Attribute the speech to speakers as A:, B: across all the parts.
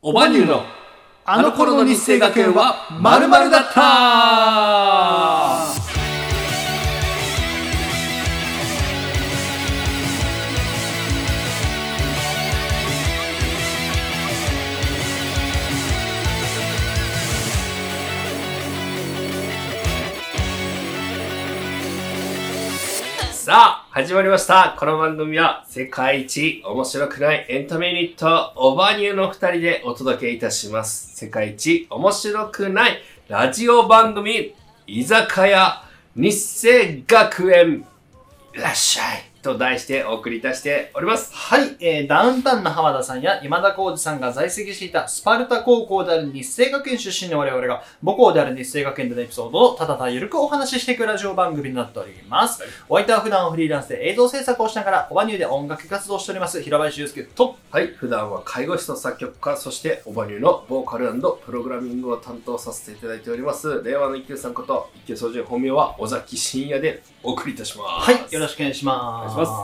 A: おばにゅうのあの頃の日生学園はまるだったさあ、始まりました。この番組は世界一面白くないエンタメユニット、オバニューの二人でお届けいたします。世界一面白くないラジオ番組、居酒屋日生学園、いらっしゃいと題してお送りいたしております。
B: はい、えー、ダウンタウンの浜田さんや今田耕司さんが在籍していたスパルタ高校である日生学園出身の我々が母校である日生学園でのエピソードをただただゆるくお話ししていくラジオ番組になっております。お相手は普段はフリーランスで映像制作をしながら、オバニューで音楽活動をしております、平林祐介と、
A: はい、普段は介護士と作曲家、そしてオバニューのボーカルプログラミングを担当させていただいております、令和の一級さんこと、一級操縦本名は尾崎真也でお送りいたします。
B: はい、よろしくお願いします。
A: お願いし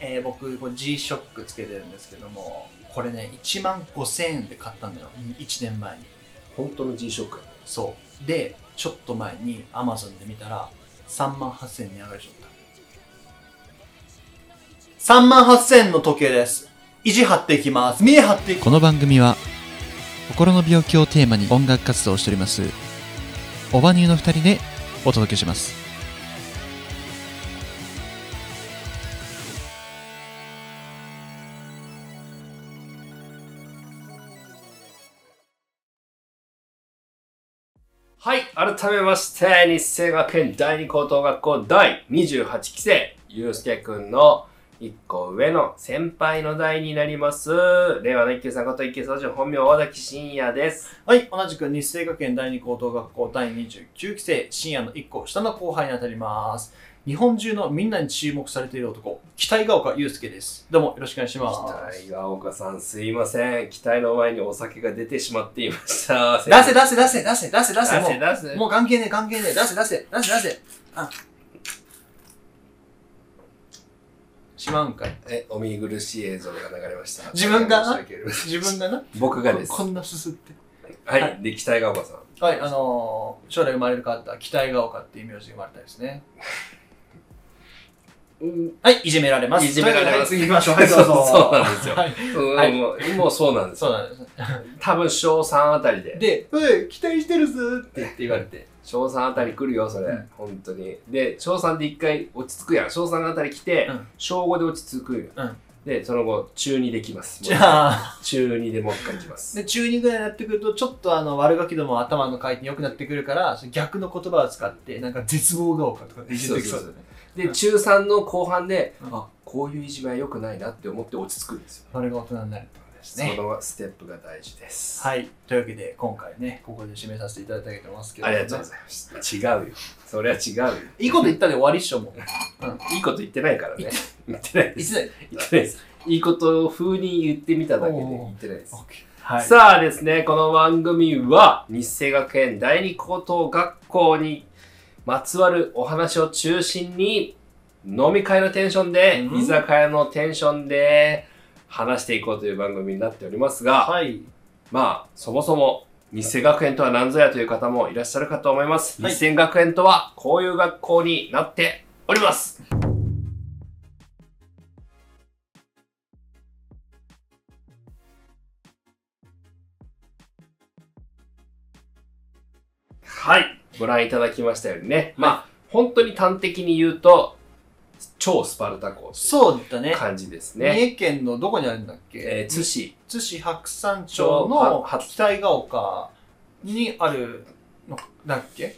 B: えー、僕、これ G-SHOCK つけてるんですけども、これね、1万5000円で買ったんだよ、1年前に。
A: 本当の G ショック。
B: そうでちょっと前にアマゾンで見たら3万8000円値上がりしちゃった3万8000円の時計です意地張っていきます見え張っていき
C: この番組は心の病気をテーマに音楽活動をしておりますオバニューの2人でお届けします
A: はい、改めまして、日生学園第二高等学校第28期生、ゆうすけくんの一個上の先輩の代になります。令和の一級さんこと一級総長本名は尾崎真也です。
B: はい同じく日生学園第二高等学校第29期生深夜の1個下の後輩にあたります日本中のみんなに注目されている男期待が丘祐介ですどうもよろしくお願いしま
A: 期
B: す
A: 待が岡さんすいません。期待の前にお酒が出てしまっていました。
B: 出せ出せ出せ出せ出せ出せもう
A: 出せ出せ。
B: もう関係ねえ関係ねえ出せ出せ出せ出せあしまうんかい
A: え、お見苦しい映像が流れました。
B: 自分が
A: 申し訳ありません
B: 自分がな
A: 僕がです。
B: こんなすすって
A: は。
B: はい
A: で、期待が岡さん。
B: はいあのー、将来生まれる方は期待が丘っていう名字で生まれたいですねはいいじめられます
A: いじめられます
B: ということではい次行きましょうはいどうぞ
A: そうなんですよ
B: はい、
A: うん
B: はい
A: もうもうそうなんです
B: そうなんです
A: 多分小3あたりで
B: で「おい期待してるぞ」って言って言われて
A: 小3あたり来るよそれ、
B: うん
A: 本当にで小3で一回落ち着くやん小3あたり来て、
B: うん
A: 小5で落ち着くやん、
B: うん
A: でその後中2できます
B: じゃあ
A: 中2でもう一回来ます
B: で中2ぐらいになってくるとちょっとあの悪ガキども頭の回転良くなってくるからその逆の言葉を使ってなんか絶望が丘とかって言ってきそうだよね
A: で中3の後半で、
B: うん
A: あこういういじめは良くないなって思って落ち着くんですよ、
B: それが大人になるってことですね
A: そのステップが大事です、
B: はいというわけで今回ねここで締めさせていただいたけどますけど、
A: あ
B: ね、
A: りがとうございます違うよそれは違うよ
B: いいこと言ったで終わりっしょもう
A: いいこと言ってないからね言ってないで
B: い
A: す
B: つだよ
A: 言ってないですいいこと風に言ってみただけで言ってないです
B: はい
A: さあですね、この番組は日生学園第二高等学校にまつわるお話を中心に飲み会のテンションで、
B: うん
A: 居酒屋のテンションで話していこうという番組になっておりますが、
B: はい
A: まあそもそも日生学園とは何ぞやという方もいらっしゃるかと思います。
B: はい
A: 日生学園とはこういう学校になっております。はい。ご覧いただきましたようにね。まあ、本当に端的に言うと、超スパルタ校と
B: そうだ
A: い
B: ね
A: う感じです
B: 三
A: ね。
B: 重県のどこにあるんだっけ、
A: えー、津市。
B: 津市白山町の
A: は
B: 北井が丘にあるのだっけ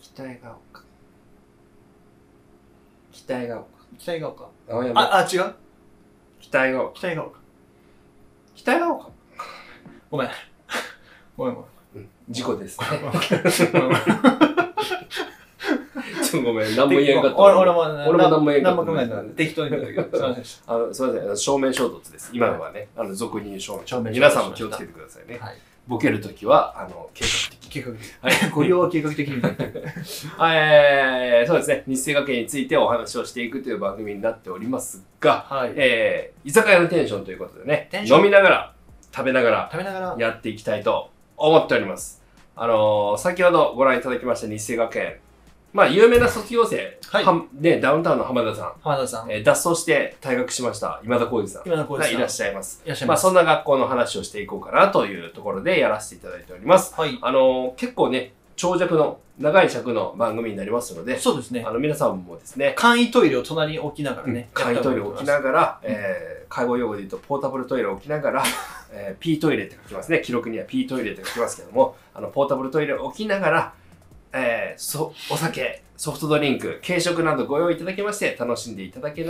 A: 北江が丘。北江が丘。
B: 北井が丘
A: 青山
B: ああ違う
A: 北江が丘。
B: 北井が丘
A: 北江が丘
B: ごめん ごめんごめん
A: 事故 ですね。
B: 俺
A: ちょっとごめん、何も言えんかった。
B: 俺もね
A: 俺も何も言えんか
B: 何
A: っ
B: も
A: た。
B: 考えてない適当に言った けどすいませんでし
A: あのすみませんあの、正面衝突です。今のはね、あの俗に言う正面衝
B: 正
A: 突。
B: 面衝突
A: 皆さんも気をつけてくださいね
B: た。はい
A: ボケるときは、あの、計
B: 計画的
A: 画的。はい、
B: ご利用は計画 的に
A: えー、そうですね、日生学園についてお話をしていくという番組になっておりますが、
B: はい
A: えー、居酒屋のテンションということでね
B: テ、ンション
A: 飲みながら食べながら
B: 食べながら、
A: やっていきたいと思っております。あのー先ほどご覧いただきました日生学園。まあ、有名な卒業生、
B: はい
A: はね、ダウンタウンの浜田さん、
B: 浜田さん、
A: えー脱走して退学しました今田耕司さん
B: 今田耕司さん
A: がいらっしゃいます。
B: いらっしゃい
A: ま
B: ま
A: あ、
B: す。
A: そんな学校の話をしていこうかなというところでやらせていただいております。
B: はい。
A: あのー結構ね、長尺の、長い尺の番組になりますので、
B: そうですね
A: あ。の、皆さんもですね、
B: 簡易トイレを隣に置きながらね。
A: 簡易トイレを置き
B: が
A: ながら、えー介護用語で言うとポータブルトイレを置きながら、えー、P トイレって書きますね。記録には P トイレって書きますけども、あの、ポータブルトイレを置きながら、えーそ、お酒、ソフトドリンク、軽食などご用意いただきまして、楽しんでいただけ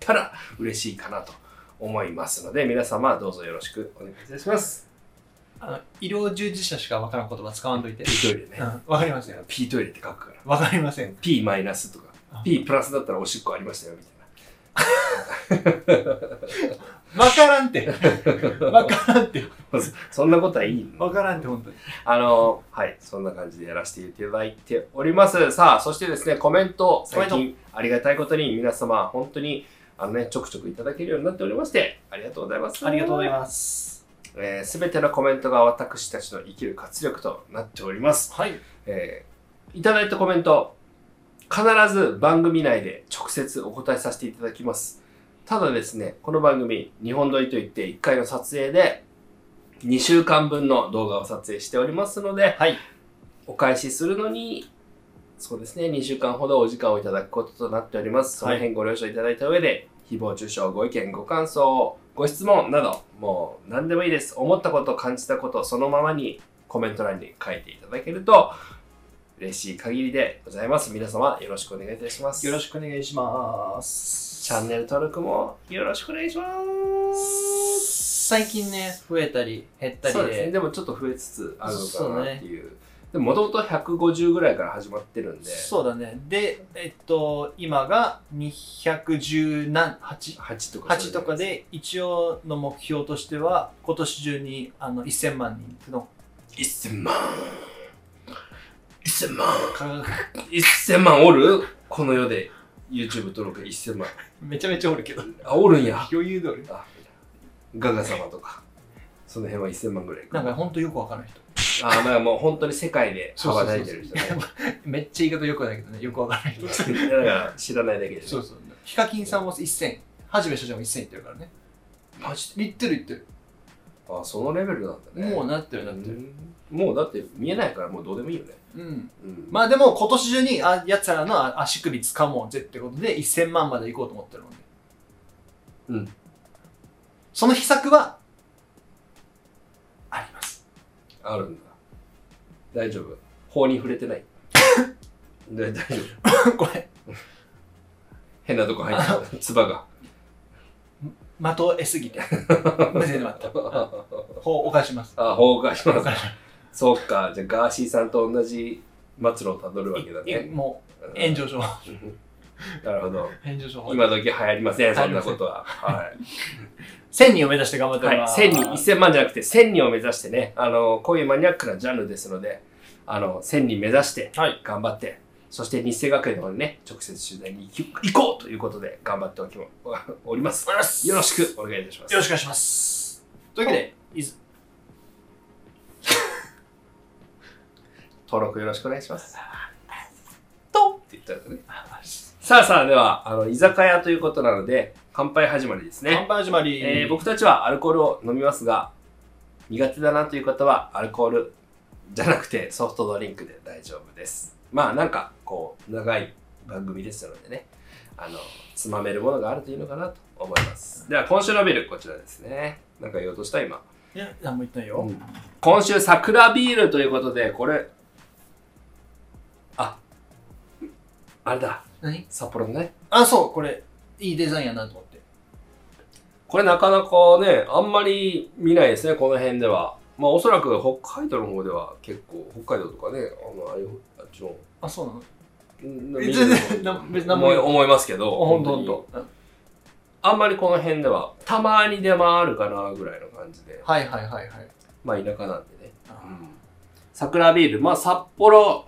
A: たら嬉しいかなと思いますので、皆様どうぞよろしくお願いいたします。
B: ら。あの、医療従事者しかわからん言葉使わんといて。
A: P トイレ
B: う
A: ね。
B: ん、わかりません。
A: P トイレって書くから。
B: わかりません。
A: P マイナスとか
B: あ、
A: P プラスだったらおしっこありましたよ、みたいな。
B: わから んって。わからんって。
A: そんな ことはいいの
B: わからんって、本当に。
A: あの、はい、そんな感じでやらせていただいております。さあ、そしてですね、コメント、最
B: コ
A: 近ありがたいことに皆様、本当に、あのね、ちょくちょくいただけるようになっておりまして、ありがとうございます。
B: ありがとうござい
A: す。
B: ます。
A: す、えー、べてのコメントが私たちの生きる活力となっております。
B: はい。
A: えーいただいたコメント、必ず番組内で直接お答えさせていただきます。ただですね、この番組、日本撮りといって1回の撮影で2週間分の動画を撮影しておりますので、
B: はい
A: お返しするのに、そうですね、2週間ほどお時間をいただくこととなっております。その辺ご了承いただいた上で、誹謗中傷、ご意見、ご感想、ご質問など、もう何でもいいです。思ったこと、感じたこと、そのままにコメント欄に書いていただけると、嬉しい限りでございます。皆様よろしくお願いいたします。
B: よろしくお願いします。
A: チャンネル登録もよろしくお願いします。
B: 最近ね、増えたり減ったり
A: そうですね。
B: で。
A: でもちょっと増えつつあるの
B: そ
A: か
B: う
A: な
B: ね
A: っていう。でももともと150ぐらいから始まってるんで、
B: そうだね。で、えっと、今が210何、8?
A: 8とか
B: 8とかで一応の目標としては今年中にあの1000万人の
A: 1000万。1000万。
B: 科学
A: 1000万おるこの世で YouTube 登録1000万。
B: めちゃめちゃおるけど
A: あ、おるんや。
B: 余裕通り
A: あガガ様とか。その辺は1000万ぐらいいく
B: なんかほんとよくわからない人
A: あなんかもう本当に世界で羽ばたいてる人ね。
B: そうそうそう めっちゃ言い方よくないけどねよくわからない人そ
A: いやだから知らないだけで、ね、
B: うそうヒカキンさんも1000はじめ所長も1000いってるからね
A: マジで
B: 言ってる言ってる、
A: あそのレベルなんだね
B: もう
A: う
B: なってるなってる
A: んもうだって見えないからもうどうでもいいよね、
B: うん
A: うん
B: まあでも今年中にあやつらのあ足首掴もうぜってことで1000万まで行こうと思ってるので
A: うん
B: その秘策はあります
A: あるんだ大丈夫法に触れてない で大丈夫
B: これ
A: 変なとこ入ったつば が
B: 的を得 すぎて無然で待った法を犯します
A: あ法がしま
B: 犯
A: す
B: し
A: そうかじゃあガーシーさんと同じ末路をたどるわけだ
B: いい
A: ね
B: もう炎上症
A: なるほど
B: 炎上症法
A: 今時流行りません
B: 流行
A: そ
B: り
A: ん
B: ま
A: な
B: せん
A: ことははい
B: 1000人を目指して頑張ってお
A: は
B: り
A: い、
B: ます、
A: 1000人、1000万じゃなくて1000人を目指してね、あの、こういうマニアックなジャンルですので、あの、1000人目指して
B: はい、
A: 頑張って、そして日生学園の方にね、直接取材に行き行こうということで頑張っておきもおります。よろしくお願いいたします。
B: よろしくお願いしますというわけでいず
A: 登録よろしくお願いします。
B: と
A: って言ったらね。さあさあ、では、あの、居酒屋ということなので、乾杯始まりですね
B: 乾。杯始まり、
A: えー僕たちはアルコールを飲みますが苦手だなという方はアルコールじゃなくてソフトドリンクで大丈夫ですまあなんかこう長い番組ですのでねあのつまめるものがあるといいのかなと思いますでは今週のビールこちらですねなんか言おうとした今、
B: いや何も言ってないよ、
A: 今週桜ビールということでこれああれだ
B: 何
A: 札幌のね
B: あそうこれいいデザインやなと思って
A: これなかなかね、あんまり見ないですね、この辺では。まあおそらく北海道の方では結構、北海道とかね、あの、ああいう、あっちの、
B: あそうなの
A: ん
B: え
A: 見
B: 全
A: る
B: 然な別に何も
A: 思い
B: 言う
A: 思いますけど、
B: ほんとほ
A: 本当に
B: んとうん
A: あんまりこの辺では、たまに出回るかな、ぐらいの感じで。
B: はいはいはいはい
A: まあ田舎なんでね。
B: あ
A: 桜ビール、まあ札幌、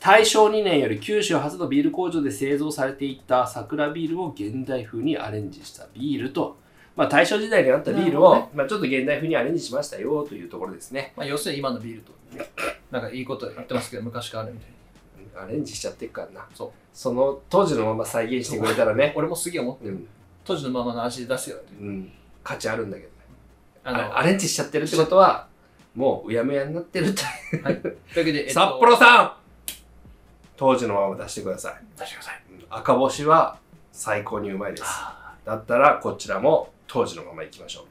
A: 大正2年より九州初のビール工場で製造されていた桜ビールを現代風にアレンジしたビールとまあ、大正時代にあったビールを、
B: なるほ
A: まあ、ちょっと現代風にアレンジしましたよというところですね。
B: まあ、要するに今のビールと、なんかいいこと言ってますけど、昔からあるみたい
A: アレンジしちゃってっからな。
B: そう
A: その当時のまま再現してくれたら
B: な
A: ね。。
B: 俺もすげえ思う。
A: うん。
B: 当時のままの味出すよって。
A: うん。価値あるんだけどね。
B: あの、
A: あアレンジしちゃってるってことは、もううやむやになってるって。
B: というわけで、えっと
A: 札幌さん当時のまま出してください。
B: 出してください。
A: うん赤星は最高にうまいです。だったらこちらも当時のままいきましょ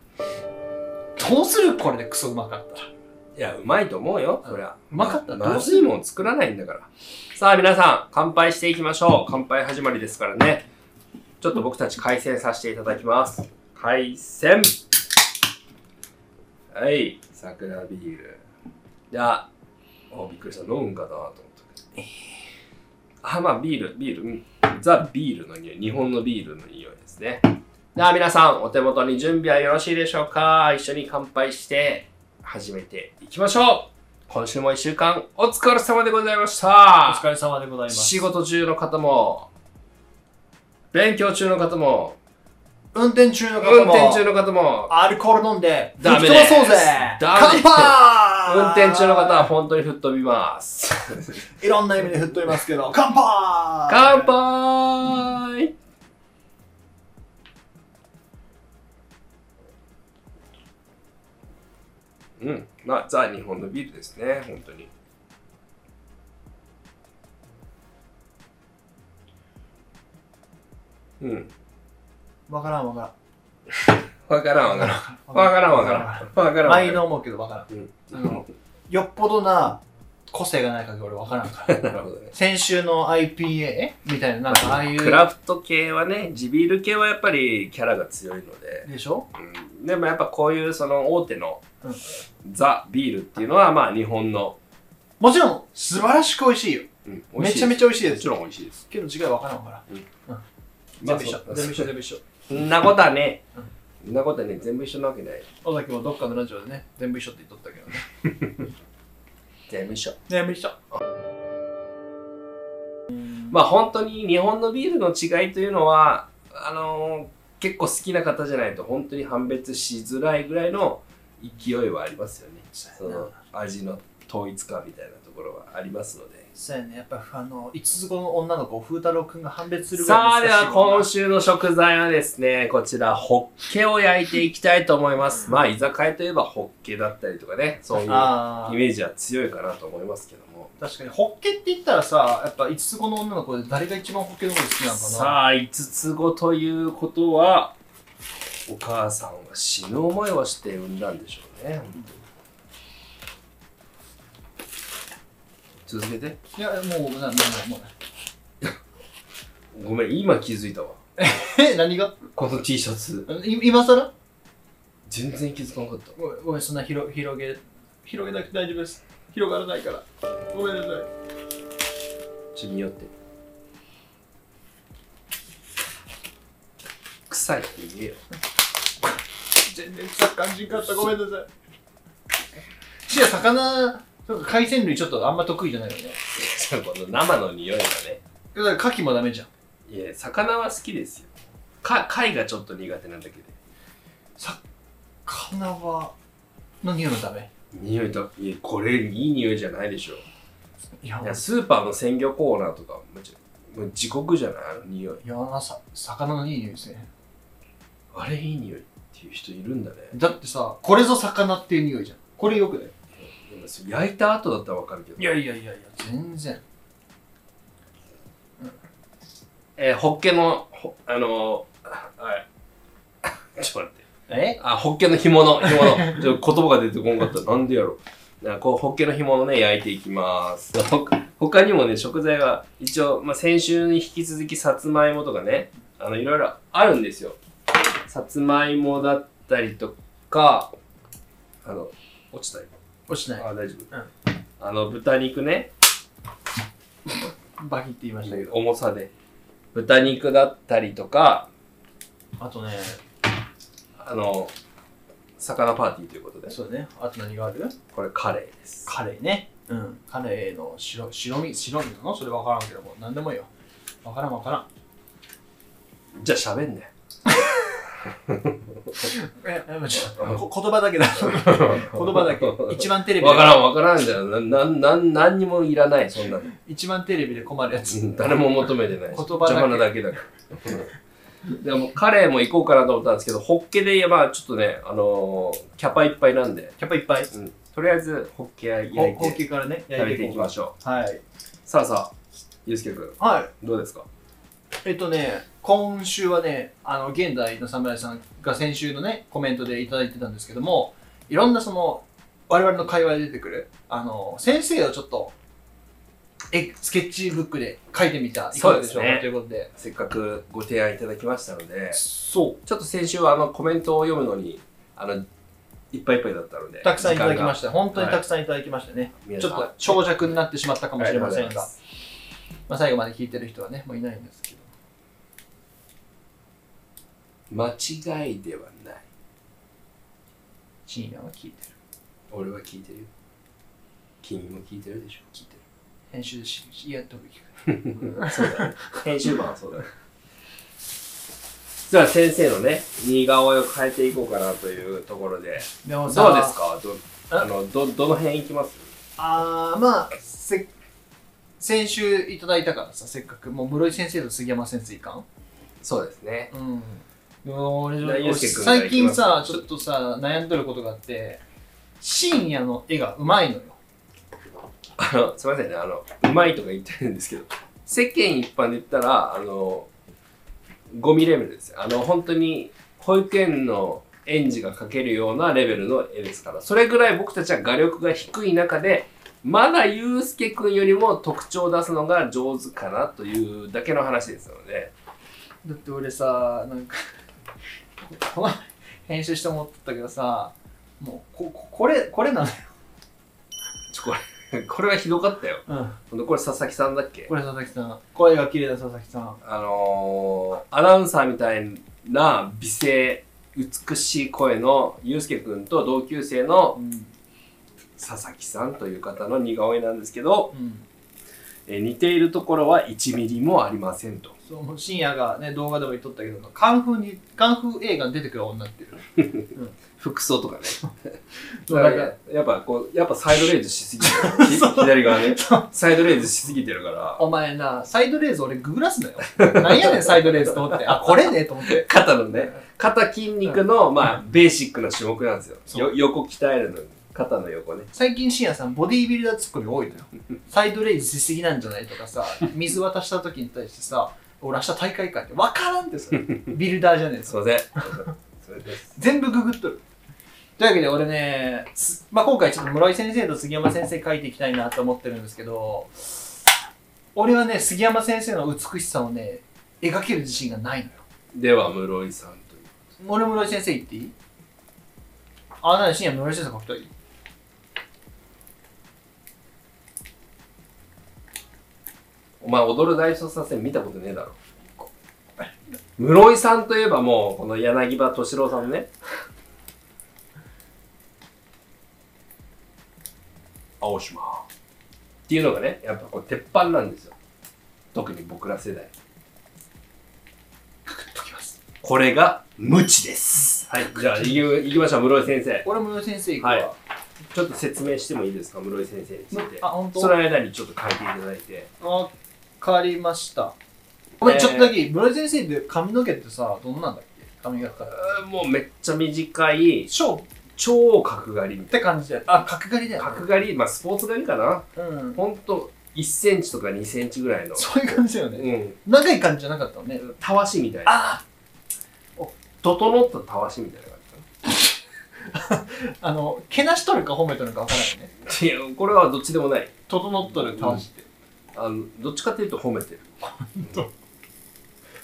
B: どうするこれでクソうまかったら。
A: う。いや、うまいと思うよ、そりゃ。
B: うまかったら
A: ま
B: どうす
A: ずい
B: る
A: もん作らないんだから。さあ皆さん、乾杯していきましょう。乾杯始まりですからね。ちょっと僕たち回戦させていただきます。回戦はい、桜ビール。じゃあ、おびっくりした。飲むんかなと思ったけど。あ、まあビール、ビール、うん。ザ・ビールの匂い。日本のビールの匂いですね。では皆さん、お手元に準備はよろしいでしょうか一緒に乾杯して始めていきましょう今週も一週間お疲れ様でございまし
B: お
A: た
B: 疲れ様でございます。
A: 仕事中の方も、勉強中の方も、
B: 運転中の
A: 運
B: 方も、
A: 転中の方も、
B: アルコール飲んで、
A: ダメ
B: 吹き飛ばそうぜ
A: ダメ
B: 乾杯
A: 運転中の方は本当に吹っ飛びます。
B: いろんな意味で吹っ飛びますけど、乾杯
A: 乾杯うん、まあ、ザ・日本のビールですね、本当に。うん。
B: わからんわか
A: わからんわから
B: ら
A: ん。
B: ん。
A: わからんわからん。わからんわから
B: 毎
A: ん。
B: 度思うけどわから
A: うん
B: ん。あの、よっぽどな個性がない限り俺わからんか ら。
A: なるほどね。
B: 先週の IPA? みたいな、なんかああいう。
A: クラフト系はね、地ビール系はやっぱりキャラが強いので、
B: でしょ
A: うんでもやっぱこういうその大手の
B: うん
A: ザ・ビールっていうのはまあ日本の、
B: もちろん、素晴らしく美味しいよ。
A: うん、
B: めちゃめ
A: ち
B: ちゃ美味しい
A: ゃ
B: で
A: も
B: す
A: ち。ろん美味しいです。
B: けど違いわからんから。
A: ま
B: 全
A: あ
B: 部一緒。
A: そ
B: 全部一緒、全部一緒。
A: そんなことはね、そんなことはね、全部一緒なわけない。
B: 尾崎もどっかのラジオでね、全部一緒って言っとったけどね。
A: 全部一緒。
B: 全部一緒。
A: まあ本当に日本のビールの違いというのは、あのー結構好きな方じゃないと本当に判別しづらいぐらいの勢いはありますよね。そ
B: そうやな
A: の味の統一感みたいなところはありますので。
B: そうやね、やっぱあの、五つ子の女の子を風太郎くんが判別するぐ
A: さ
B: ら
A: あ
B: い
A: で
B: 難しい
A: は
B: もんな
A: 今週の食材はですねこちらホッケを焼いていきたいと思いますまあ居酒屋といえばホッケだったりとかねそういうイメ
B: あー
A: ージは強いかなと思いますけども
B: 確かに、ホッケって言ったらさ、やっぱ五つ子の女の子で誰が一番ホッケのこと好きなのかな
A: さあ五つ子ということはお母さんは死ぬ思いをして産んだんでしょうね続けて
B: いや、もう、な、もう、もう。
A: ごめん今気づいたわ
B: え、何が
A: この T シャツ
B: い今更
A: 全然気づかなかった
B: ごめん、ごめん、そんな広広げ、広げなくて大丈夫です。広がらないから。ごめんなさい。
A: ちょっと匂って臭いって言えよ
B: 全然臭く感じんかった。ごめんなさい。しや、魚、なんか海鮮類ちょっとあんま得意じゃないよね。
A: じゃあこの生の匂いがね
B: だから牡蠣もダメじゃん。
A: いや魚は好きですよか貝がちょっと苦手なんだけど
B: 魚は、何言うのダメ
A: 匂いといやこれいい匂いじゃないでしょ
B: いや
A: いやスーパーの鮮魚コーナーとかもちろんもう地獄じゃないあの匂い
B: いやなさ魚のいい匂いですね
A: あれいい匂いっていう人いるんだね
B: だってさこれぞ魚っていう匂いじゃんこれよくない
A: でもそれ焼いた後だったらわかるけど
B: やいやいやいや全然
A: えー、ホッケのほあのーああちょっと待って
B: え
A: あ、ホッケの干物、干物。ちょっと言葉が出てこんかった。なんでやろう。なこう、ホッケの干物ね、焼いていきます。ほ他にもね、食材は、一応、まあ、先週に引き続き、さつまいもとかね、あの、いろいろあるんですよ。さつまいもだったりとか、あの、落ちたよ。
B: 落ちない
A: あ、大丈夫。
B: うん
A: あの、豚肉ね、
B: バキって言いましたけど
A: 重さで。豚肉だったりとか、
B: あとね
A: あの、魚パーティーということで、
B: そうねあと何がある
A: これカレーです。
B: カレーねうんカレーの白白身白身なのそれ分からんけども何でもいいよ分からん分からん
A: じゃあ喋んね。
B: え、えちょっとこ言葉 だけだ。言葉だけ。一番テレビで
A: わからんわからんじゃん。な、な、なん、なんにもいらない、そんなの。
B: 一番テレビで困るやつ。
A: 誰も求めてないし。
B: 言葉だけ
A: 邪魔なだけだから。 でも、カレーも行こうかなと思ったんですけど、ホッケで言えば、ちょっとね、あのーキャパいっぱいなんで、
B: やっぱいっぱい。
A: うん。とりあえず、ホッケ焼いて、
B: 高高級からね、
A: 食
B: 焼
A: べ
B: い
A: て
B: てい
A: い
B: こ
A: き
B: うか
A: ましょ
B: はい。
A: う。さあさあ、ゆうすけくん、
B: はい。
A: どうですか
B: えっとね、今週はね、あの、現代の侍さんが先週のね、コメントでいただいてたんですけども、いろんなその、我々の会話で出てくる、あの、先生をちょっと、え、スケッチブックで書いてみた、いかがでしょ
A: そ
B: うか
A: うですね
B: ということで。
A: せっかくご提案いただきましたので、
B: そ
A: ちょっと先週はあのコメントを読むのに、あの、いっぱいいっぱいだったので、
B: う。たくさんいただきま
A: し
B: した。本当にたくさんいただきましたね。
A: た
B: ちょっと長尺になってしまったか
A: か
B: もしれませんが、まあ、最後まで聞いてる人はね、もういないんですけど。
A: 間違いではない。
B: 深夜は聞いてる。
A: 俺は聞いてるよ。君も聞いてるでしょ聞いてる。
B: 編集でし、いや、特に聞く。
A: 編集版はそうだね。 じゃあ先生のね、似顔絵を変えていこうかなというところで、
B: でも
A: どうです
B: さ
A: かどあのどどの辺いきます
B: あーまあせ先週いただいたからさせっかくもう室井先生と杉山先生いかん
A: そうですね。
B: うん俺
A: じゃあ
B: 俺
A: ユースケ君から
B: 最近
A: いきま
B: さ
A: す
B: ちょっとさ悩んどることがあって深夜の絵がうまいのよ
A: あの、すみませんね、あの、うまいとか言ってるんですけど、世間一般で言ったら、あの、ゴミレベルですよ。あの、本当に保育園の園児が描けるようなレベルの絵ですから、それぐらい僕たちは画力が低い中で、まだゆうすけくんよりも特徴を出すのが上手かなというだけの話ですので、
B: だって俺さなんかこの編集して思ったけどさもうこここれこれなのよ、
A: ちょ、これ、これはひどかったよ。
B: うん、
A: ほんとこれ佐々木さんだっけ
B: これ佐々木さん声が綺麗な佐々木さん
A: あのーアナウンサーみたいな美声美しい声のゆうすけくんと同級生の
B: うん
A: 佐々木さんという方の似顔絵なんですけど、
B: うん
A: えー似ているところは1ミリもありませんと
B: そうもう深夜がね動画でも言っとったけどカンフーにカンフー映画に出てくる女っていう
A: 服装とかね
B: そう
A: だからやっぱこうやっぱサイドレイズしすぎてるひ左側ねサイドレイズしすぎてるから
B: お前な、サイドレーズ俺ググらすのよ。なんやねん、サイドレーズと思って。あ、これねと思って。
A: 肩のね肩筋肉の、まあベーシックな種目なんですよ
B: そ
A: よ横鍛えるのに肩の横ね
B: 最近、深夜さん、ボディービルダーツッコミ多いのよ。サイドレーズしすぎなんじゃないとかさ、水渡した時に対してさ、俺明日大会かって、わからんって それ。ビルダーじゃねえ
A: す
B: ぞ。
A: いませんそれです
B: 全部ググっとる。というわけで、俺ね、すまあ、今回ちょっと室井先生と杉山先生書いていきたいなと思ってるんですけど、俺はね、杉山先生の美しさをね、描ける自信がないのよ。
A: では室井さんという
B: 俺室井先生言っていいあ、なに深夜室井先生書きたい
A: お前踊る大捜査線見たことねえだろ室井さんといえばもうこの柳葉敏郎さんね青島っていうのがねやっぱこう鉄板なんですよ特に僕ら世代
B: 書きます。
A: これが無知ですはいじゃあ行き行きましょう室井先生
B: 俺室井先生行くわ。
A: はいちょっと説明してもいいですか室井先生について
B: あ、本当
A: その間にちょっと書いていただいて
B: わかりました。ごめん、
A: えー
B: ちょっとだけいい、室井先生で髪の毛ってさ、どんなんだっけ髪型から。
A: えーもうめっちゃ短い
B: ショーっ
A: 超角刈りみたいな
B: て感じだよ。あ、角刈りだよ、ね。
A: 角刈り、まあスポーツ刈りかな。
B: うん。
A: ほんと、1センチとか2センチぐらいの。
B: そういう感じだよね。
A: うん。
B: 長い感じじゃなかったのね。
A: たわしみたいな。
B: あ
A: 整ったたわしみたいな感
B: あの、けなしとるか褒めとるかわからないね。
A: じ。いや、これはどっちでもない。
B: 整っとる倒して。
A: あの、どっちかっていうと褒めてる。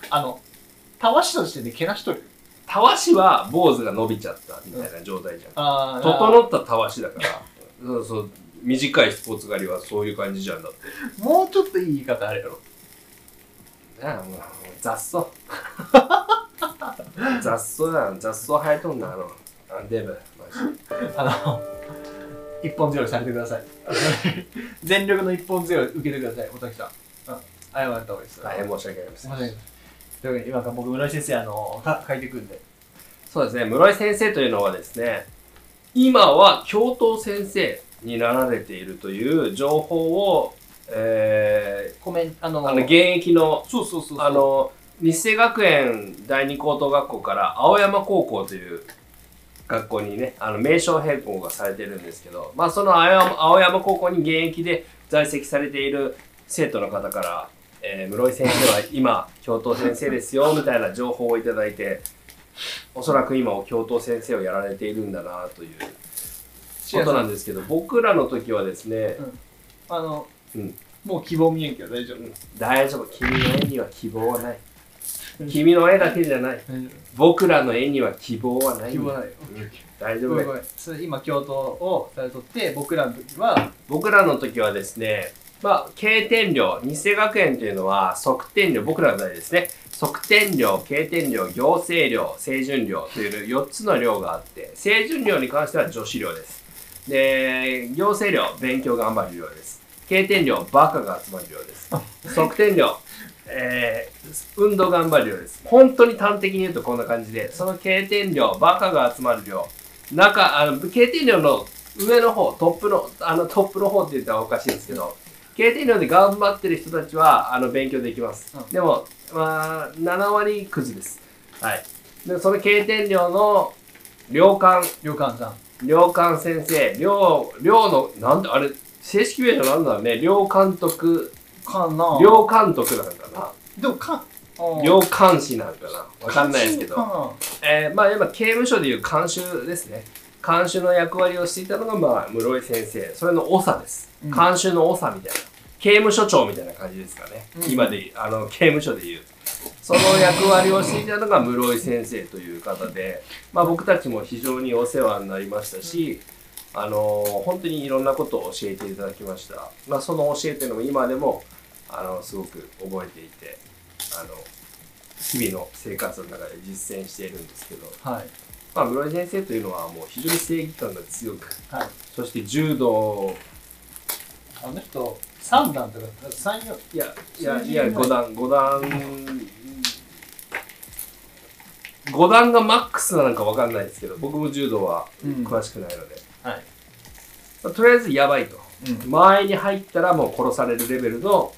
B: あの、たわしとしてでけなしとる。
A: たわしは坊主が伸びちゃったみたいな状態じゃん。
B: あー
A: 整ったたわしだから。そうそう。短いスポーツ刈りはそういう感じじゃんだって。
B: もうちょっといい言い方あるやろ。
A: なあ、もう、雑草。 雑草だな。雑草生えとんな、あの。あデブ。マジで
B: あの、一本背負いされてください。 全力の一本背負い受けてください、おたきさん。うん。謝った方がいいです。
A: 大変申し訳ありませ
B: す
A: ん
B: み。ません。というわけで、今から僕、村井先生、あの、か書いてくんで。
A: そうですね、室井先生というのはですね、今は教頭先生になられているという情報を、え
B: コメント、あの、
A: ーあの現役の
B: そうそうそうそう。
A: あ、の日生学園第二高等学校から青山高校という学校にねあの名称変更がされてるんですけど、まあ、その青山青山高校に現役で在籍されている生徒の方から、えー室井先生は今教頭先生ですよみたいな情報をいただいておそらく今教頭先生をやられているんだなということなんですけど僕らの時はですね
B: あの、
A: うん
B: もう希望見えんけど大丈夫。
A: 大丈夫君の絵には希望はない君の絵だけじゃない僕らの絵には希望はない
B: 希
A: ん
B: 望
A: だ
B: ないよ。
A: 大丈
B: ご
A: 夫で
B: めん
A: す
B: ごめん。それ今、教頭を2人取って、僕らの時は、
A: 僕らの時はですねまあ経典量日生学園というのは測定量僕らの代ですね測定量経典量行政量清準量という4つの量があって清準量に関しては女子量ですで行政量勉強頑張る量です経典量バカが集まる量です測定量えー運動頑張る量です本当に端的に言うとこんな感じでその経典量バカが集まる量中あの経典量の上の方トップのあのトップの方って言ったらおかしいですけど経典量で頑張ってる人たちはあの勉強できます、
B: うん
A: でも、まあ、7割くずですはいでその経典量の量感
B: 旅館さん。
A: 両監先生、両、両の、なんだ、あれ、正式名称なんだろうね。両監督、
B: かな
A: 両監督なんか
B: でも、か、
A: な。両監視なんかな。わかんないですけ
B: か
A: ど。
B: な
A: えー、まあ、今、刑務所でいう監修ですね。監修の役割をしていたのが、まあ、室井先生。それの長です。
B: うん
A: 監修の長みたいな。刑務所長みたいな感じですかね。
B: うん
A: 今で、あの、刑務所でいう。その役割をしていたのが室井先生という方で、まあ、僕たちも非常にお世話になりましたし、あのー本当にいろんなことを教えていただきました、まあ、その教えというのも今でも、あのすごく覚えていてあの日々の生活の中で実践しているんですけど、
B: はい。
A: まあ、室井先生というのはもう非常に正義感が強く
B: はい。
A: そして柔道
B: あの人、3段とか、3、4、
A: いやいや
B: 数字
A: い
B: が
A: や
B: ない
A: 5段5段5段がマックスなのかわかんないですけど僕も柔道は
B: うん
A: 詳しくないので、
B: はい。
A: まあとりあえずやばいと。
B: うん。
A: 前に入ったらもう殺されるレベルの、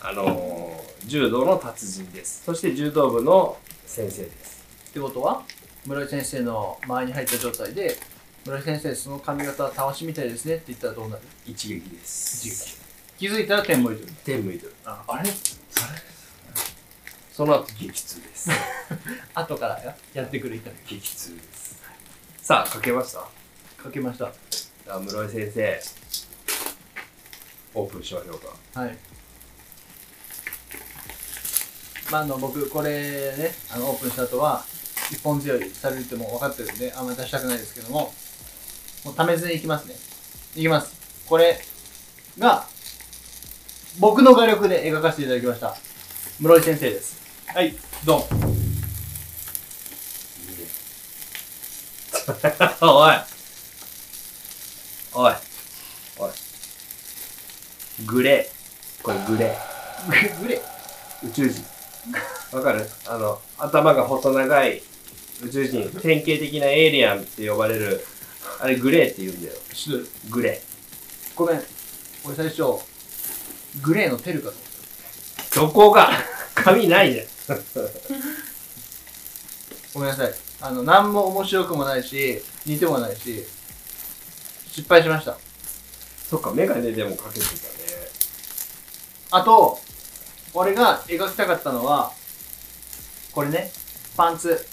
A: あのー柔道の達人ですそして柔道部の先生です
B: ってことは室井先生の前に入った状態で室井先生その髪型はたわしみたいですねって言ったらどうなる
A: 一撃です
B: 気づいたら天盛りとる
A: 天無いとる
B: あ
A: あれあれその後激痛です
B: 後からややってくる痛み
A: 激痛ですさあ書けました
B: かけました
A: じゃあ室井先生オープンしましょうか
B: はいまああの僕これねあのオープンした後は一本強いされるってもう分かってるんであんまり出したくないですけどももうためずにいきますねいきますこれが僕の画力で描かせていただきました室井先生ですはいどうも
A: いいねおいおいおいグレーこれグレー
B: グレ
A: 宇宙人わかるあの頭が細長い宇宙人典型的なエイリアンって呼ばれるあれグレーって言うんだよ
B: ーちょっと
A: グレ
B: ごめん俺最初グレーのテルかと思っ
A: ーどこが 髪ないじゃん
B: たごめんなさいあの何も面白くもないし似てもないし失敗しました
A: そっかメガネでもかけてたね
B: あと俺が描きたかったのはこれねパンツ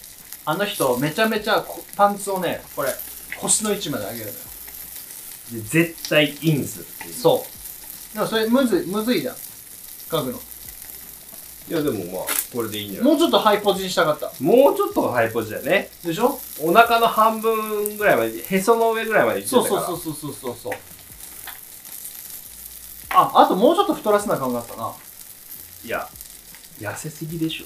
B: あの人めちゃめちゃこパンツをねこれ腰の位置まで上げるのよ
A: で絶対インするっていう
B: そうでもそれむずいむずいじゃん描くの
A: いやでもまあこれでいいんじゃない
B: もうちょっとハイポジにしたかった
A: もうちょっとハイポジだよね
B: でしょ
A: お腹の半分ぐらいまでへその上ぐらいまでいってた
B: そ
A: か
B: う
A: ら
B: そうそうそうそうそうそうああともうちょっと太らせな感があったない
A: や痩せすぎでしょ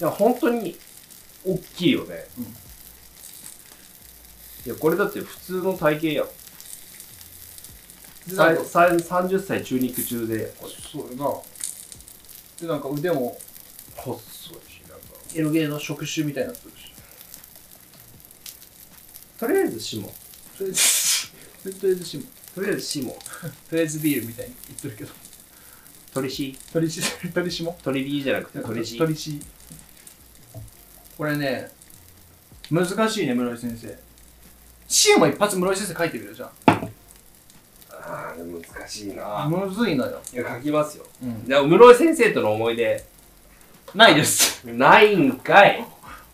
A: いや本当に大きいよね、
B: うん
A: いやこれだって普通の体型やん
B: で
A: さ
B: なん
A: い
B: か
A: さい30歳中肉中でこれ
B: そうやなでなんか腕も
A: 細いしなんか
B: エロゲーの職種みたいなことでし
A: とりあえずシモ。
B: ょとりあえずとりあえずシモ
A: とりあえずシモ。
B: とりあえずビールみたいに言ってるけど
A: 鳥シ。
B: 鳥し鳥しも
A: 鳥 B じゃなくて鳥 C。
B: 鳥しこれね難しいね室井先生 C も一発室井先生書いてみるじゃ
A: ああ、でも難しい
B: あ
A: な。
B: むずいのよ、
A: いや、書きますよ。
B: うん、
A: でも、室井先生との思い出、
B: ないです
A: ないんかい。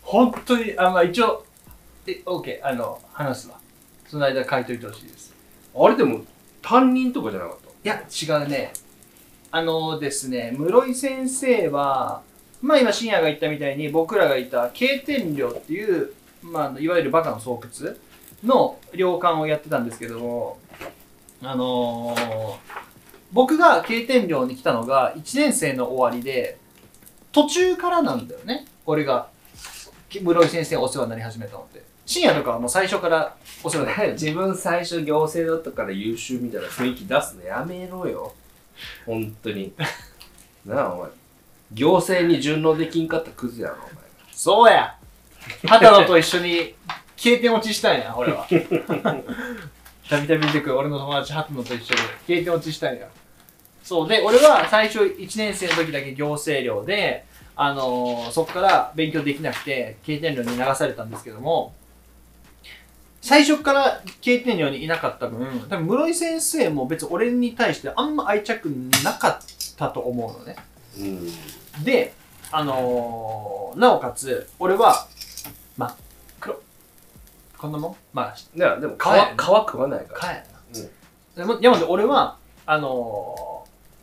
B: 本当に、あ、まあ一応、え、OK、あの、話すわ。その間書いといてほしいです。
A: あれでも、担任とかじゃなかっ
B: いや、違うね。あのですね、室井先生は、まあ今、深夜が言ったみたいに、僕らがいた、経天寮っていう、まああの、いわゆるバカの巣窟の寮館をやってたんですけども、あのー僕が経天寮に来たのが1年生の終わりで、途中からなんだよね、俺が、き室井先生お世話になり始めたのって。深夜とかはもう最初からお世話になって
A: た。 自分最初行政だったから優秀みたいな雰囲気出すのやめろよ。本当 に。なあ、お前。行政に順応できんかったクズやろ、お
B: そうや畑野と一緒に経験落ちしたいな、俺は。たびたび出てくる俺の友達畑野と一緒に経験落ちしたいな。そうで、俺は最初1年生の時だけ行政寮で、あのーそこから勉強できなくて、経験寮に流されたんですけども、最初から経験寮にいなかった分、多分室井先生も別に俺に対してあんま愛着なかったと思うのね。
A: 前。うん。
B: で、あのーなおかつ、俺は、まあ、黒。こんなもんまあ、
A: いや、でも皮、皮
B: はい
A: 食わないから。
B: かやな。でも、山で俺は、あのー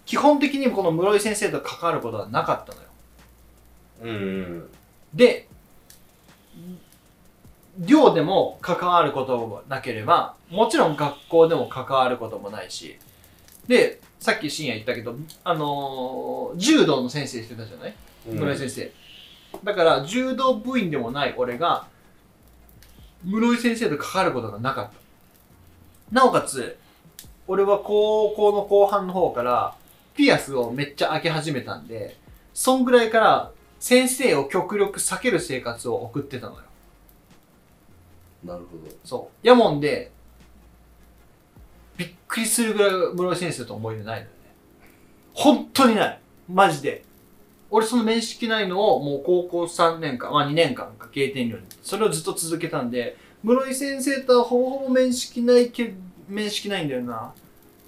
B: 基本的にこの室井先生と関わることはなかったのよ。
A: うん。
B: で、寮でも関わることもなければ、もちろん学校でも関わることもないし、で、さっき深夜言ったけど、あのー柔道の先生してたじゃない室井先生、だから柔道部員でもない俺が室井先生と関わることがなかったなおかつ俺は高校の後半の方からピアスをめっちゃ開け始めたんでそんぐらいから先生を極力避ける生活を送ってたのよ
A: なるほど。
B: そうやもんでびっくりするぐらい室井先生と思い出ないのよね本当にないマジで俺その面識ないのをもう高校3年間まあ2年間か経験量にそれをずっと続けたんで室井先生とはほぼほぼ面識ないけ面識ないんだよな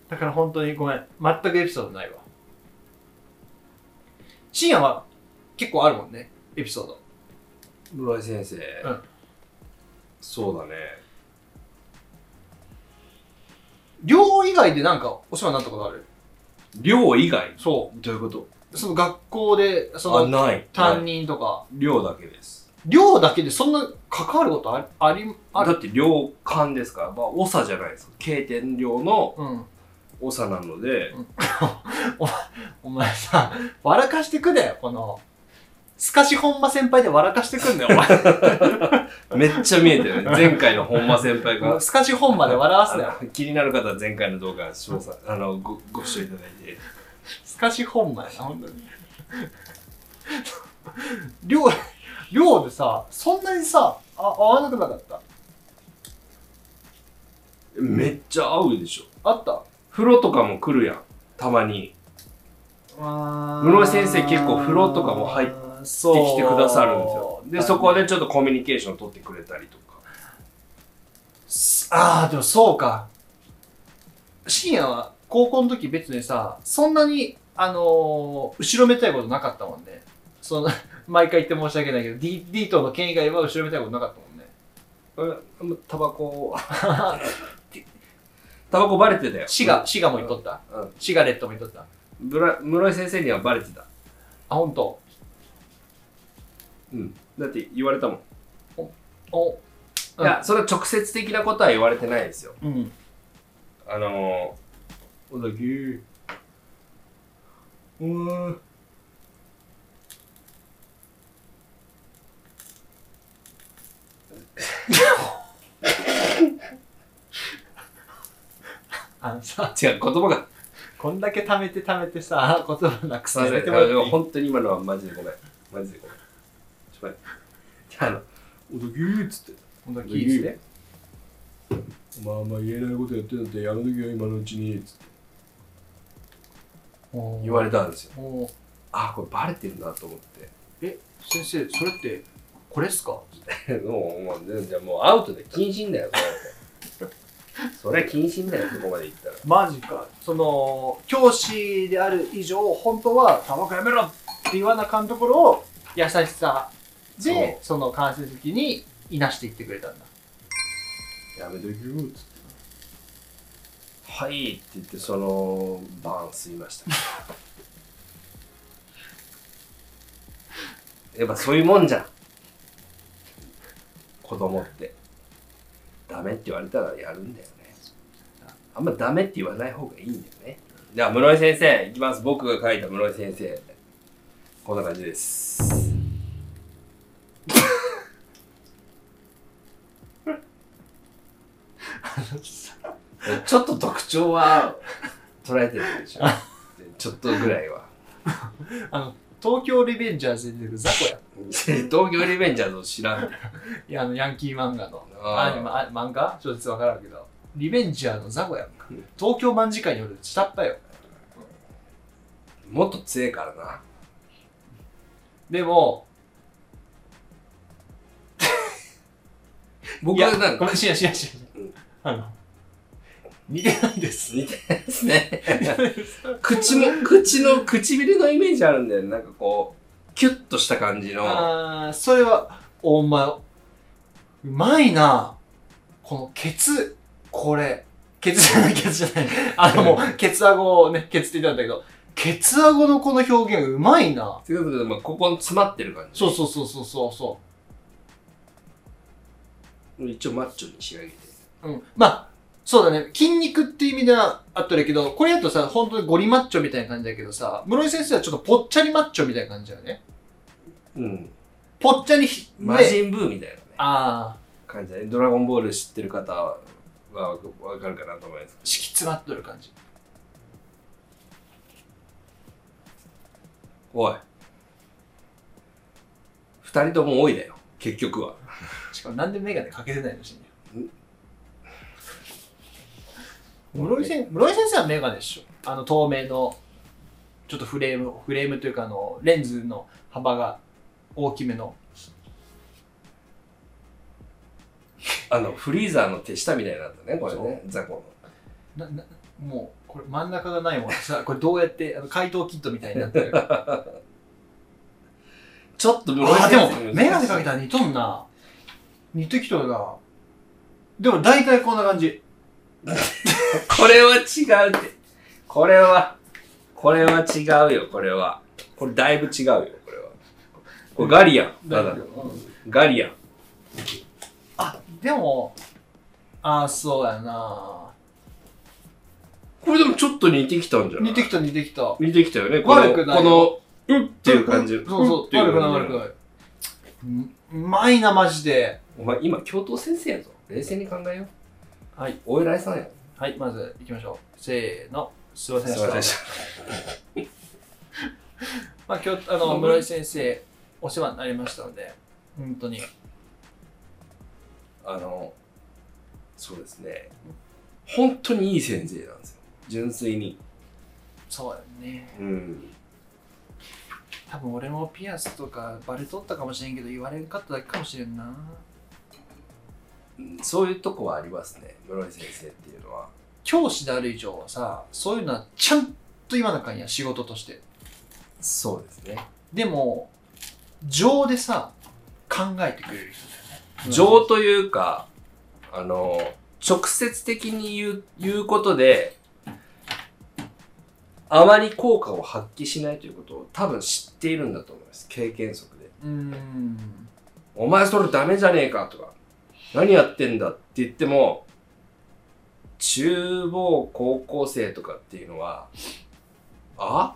B: だから本当にごめん全くエピソードないわ深夜は結構あるもんねエピソード
A: 室井先生、
B: うん
A: そうだね
B: 寮以外でなんかお世話になったことある
A: 寮以外
B: そ
A: どういうこと
B: うその学校でその
A: あない
B: 担
A: はい
B: 任とか、
A: 寮だけです
B: 寮だけでそんな関わることありありあ
A: だ
B: る
A: って寮館ですから、まあ、長じゃないです経典寮の
B: うん。
A: 長なので、
B: うんお前さ、笑かしてくんだよ、この。すかし本間先輩で笑かしてくんだよ、
A: めっちゃ見えてるね前回の本間先輩
B: お前。
A: が
B: すかし本間で笑わすなよ。
A: あの気になる方は前回の動画詳細あのごご視聴いただいて
B: すかし本間やな、ほ んとに。寮、寮でさ、そんなにさ、あ合わなくなかった
A: めっちゃ合うでしょ
B: あった
A: 風呂とかも来るやんたまに
B: 室
A: 室井先生結構風呂とかも入って
B: てき
A: 来てきてくださるんですよでそこでちょっとコミュニケーション取ってくれたりとか
B: ああ、でもそうか。深夜は高校の時別にさ、そんなに、あのー後ろめたいことなかったもんね。その、 毎回言って申し訳ないけど、D, D との件以外は後ろめたいことなかったもんね。
A: うんタバコを タバコバレてたよ
B: シガ、シガも言っとった。
A: うん
B: シガレットも言っとった。
A: ブラ室井先生にはバレてた
B: あ、ほんと。
A: うんだって言われたもん、
B: お、うん
A: いやそれは直接的なことは言われてないですよ
B: うん。
A: あのー、小崎うーん
B: あのさ、
A: 違う言葉が
B: こんだけ溜めて溜めてさ、言葉なく
A: す
B: さ
A: いま
B: や
A: せ
B: めて
A: ん
B: もらっていい
A: 本当に今のはマジでごめんマジでごめんちょはい。じゃあ、あの、おどぎゅーっつって、
B: 本当にキーして。
A: お前あんま言えないことやってんだってやめときよ、今のうちに、つって言われたんですよ。
B: おー
A: あ、これバレてるなと思って。
B: 先生、それって、これっすか
A: もう、もう、じゃあもうアウトで謹慎だよ、それ。それは謹慎だよ、そこまで行ったら。
B: マジか。その、教師である以上、本当は、タバコやめろって言わなあかんところを、優しさで、その間接的にいなしていってくれたんだ。
A: やめときよ、つって。はいって言って、その、バーン吸いました。 やっぱそういうもんじゃん。子供って。ダメって言われたらやるんだよね。あんまダメって言わない方がいいんだよね。じゃあ、室井先生、いきます。僕が書いた室井先生。こんな感じです。ちょっと特徴は捉えてる でしょ。ちょっとぐらいは。
B: あの、東京リベンジャーズに出てくるザコや。
A: 東京リベンジャーズを知らん。
B: いや、あの、ヤンキー漫画の。
A: あー
B: あでもあ漫画ちょっとわからんけど。リベンジャーのザコやんか。東京卍会による下っ端よ。
A: もっと強いからな。
B: でも、
A: 僕
B: いや
A: はなん
B: ご
A: か
B: めん、しやしやし
A: う
B: や
A: ん。
B: あの、似てないです。
A: 似てるんです ね。口も、口の、唇のイメージあるんだよね。なんかこう、キュッとした感じの。
B: あーそれは、お前、うまいな。このケツ、これ。ケツじゃない、ケ ツじゃない。あのもう、ケツアゴをね、ケツって言ったんだけど、ケツアゴのこの表現うまいな。
A: ということで、まあ、ここに詰まってる感じ。
B: そうそうそうそうそうそ
A: 一応マッチョに仕上げて。
B: う。うん。まあ、そうだね。筋肉っていう意味ではあったらいいけど、これだとさ、本当にゴリマッチョみたいな感じだけどさ、室井先生はちょっとぽっちゃりマッチョみたいな感じだよね。
A: うん。
B: ぽっちゃりひ、
A: 魔
B: ね
A: 人ブーみたいなね。
B: ああ、
A: 感じだね。ドラゴンボール知ってる方は、わかるかなと思います。
B: 敷き詰まっとる感じ。
A: おい。二人とも多いだよ。結局は。
B: しかもなんでメガネかけてないのしね
A: ん
B: 室井先室井先生はメガネでしょあの透明のちょっとフレームフレームというかあのレンズの幅が大きめの
A: あの、フリーザーの手下みたいなんだね、これ
B: そう
A: ね。ザコの。
B: ななもうこれ真ん中がないもんさこれどうやってあの怪盗キットみたいになってるあ
A: ちょっと無
B: ーでもメガネかけたら似とんな似てきとるなでも大体こんな感じ
A: これは違うって。これは、これは違うよ、これは。これだいぶ違うよ、これは。これガリアン。ただの
B: うん
A: ガリアン。
B: あでもああそうやな
A: これでもちょっと似てきたんじゃない
B: 似てきた似てきた
A: 似てきたよね。こ
B: 悪く
A: の、
B: ない
A: この、うっていう感じ。
B: そうそう
A: っ、てい
B: 悪くない
A: 感
B: 悪
A: じ
B: くない。うまいな、マジで。
A: お前今、教頭先生やぞ。冷静に考えよう。
B: はい。
A: お偉いさんや。
B: はい、まず行きましょう。せーの。すいません
A: すいません
B: で
A: で
B: し。
A: した
B: まあ今日、あの、室井先生、お世話になりましたので、本当に。
A: あの、そうですね。本当にいい先生なんですよ。純粋に。
B: そうだよね。
A: うん。
B: 多分俺もピアスとかバレとったかもしれんけど、言われんかっただけかもしれんな。
A: そういうとこはありますね。室井先生っていうのは。
B: 教師である以上はさ、そういうのはちゃんと言わなあかんや、仕事として。
A: そうですね。
B: でも、情でさ、考えてくれる人だよね。
A: 情というか、あの、直接的に言う、言うことで、あまり効果を発揮しないということを多分知っているんだと思います。経験則で。
B: うーん。
A: お前それダメじゃねえかとか、何やってんだって言っても、中房高校生とかっていうのは、あ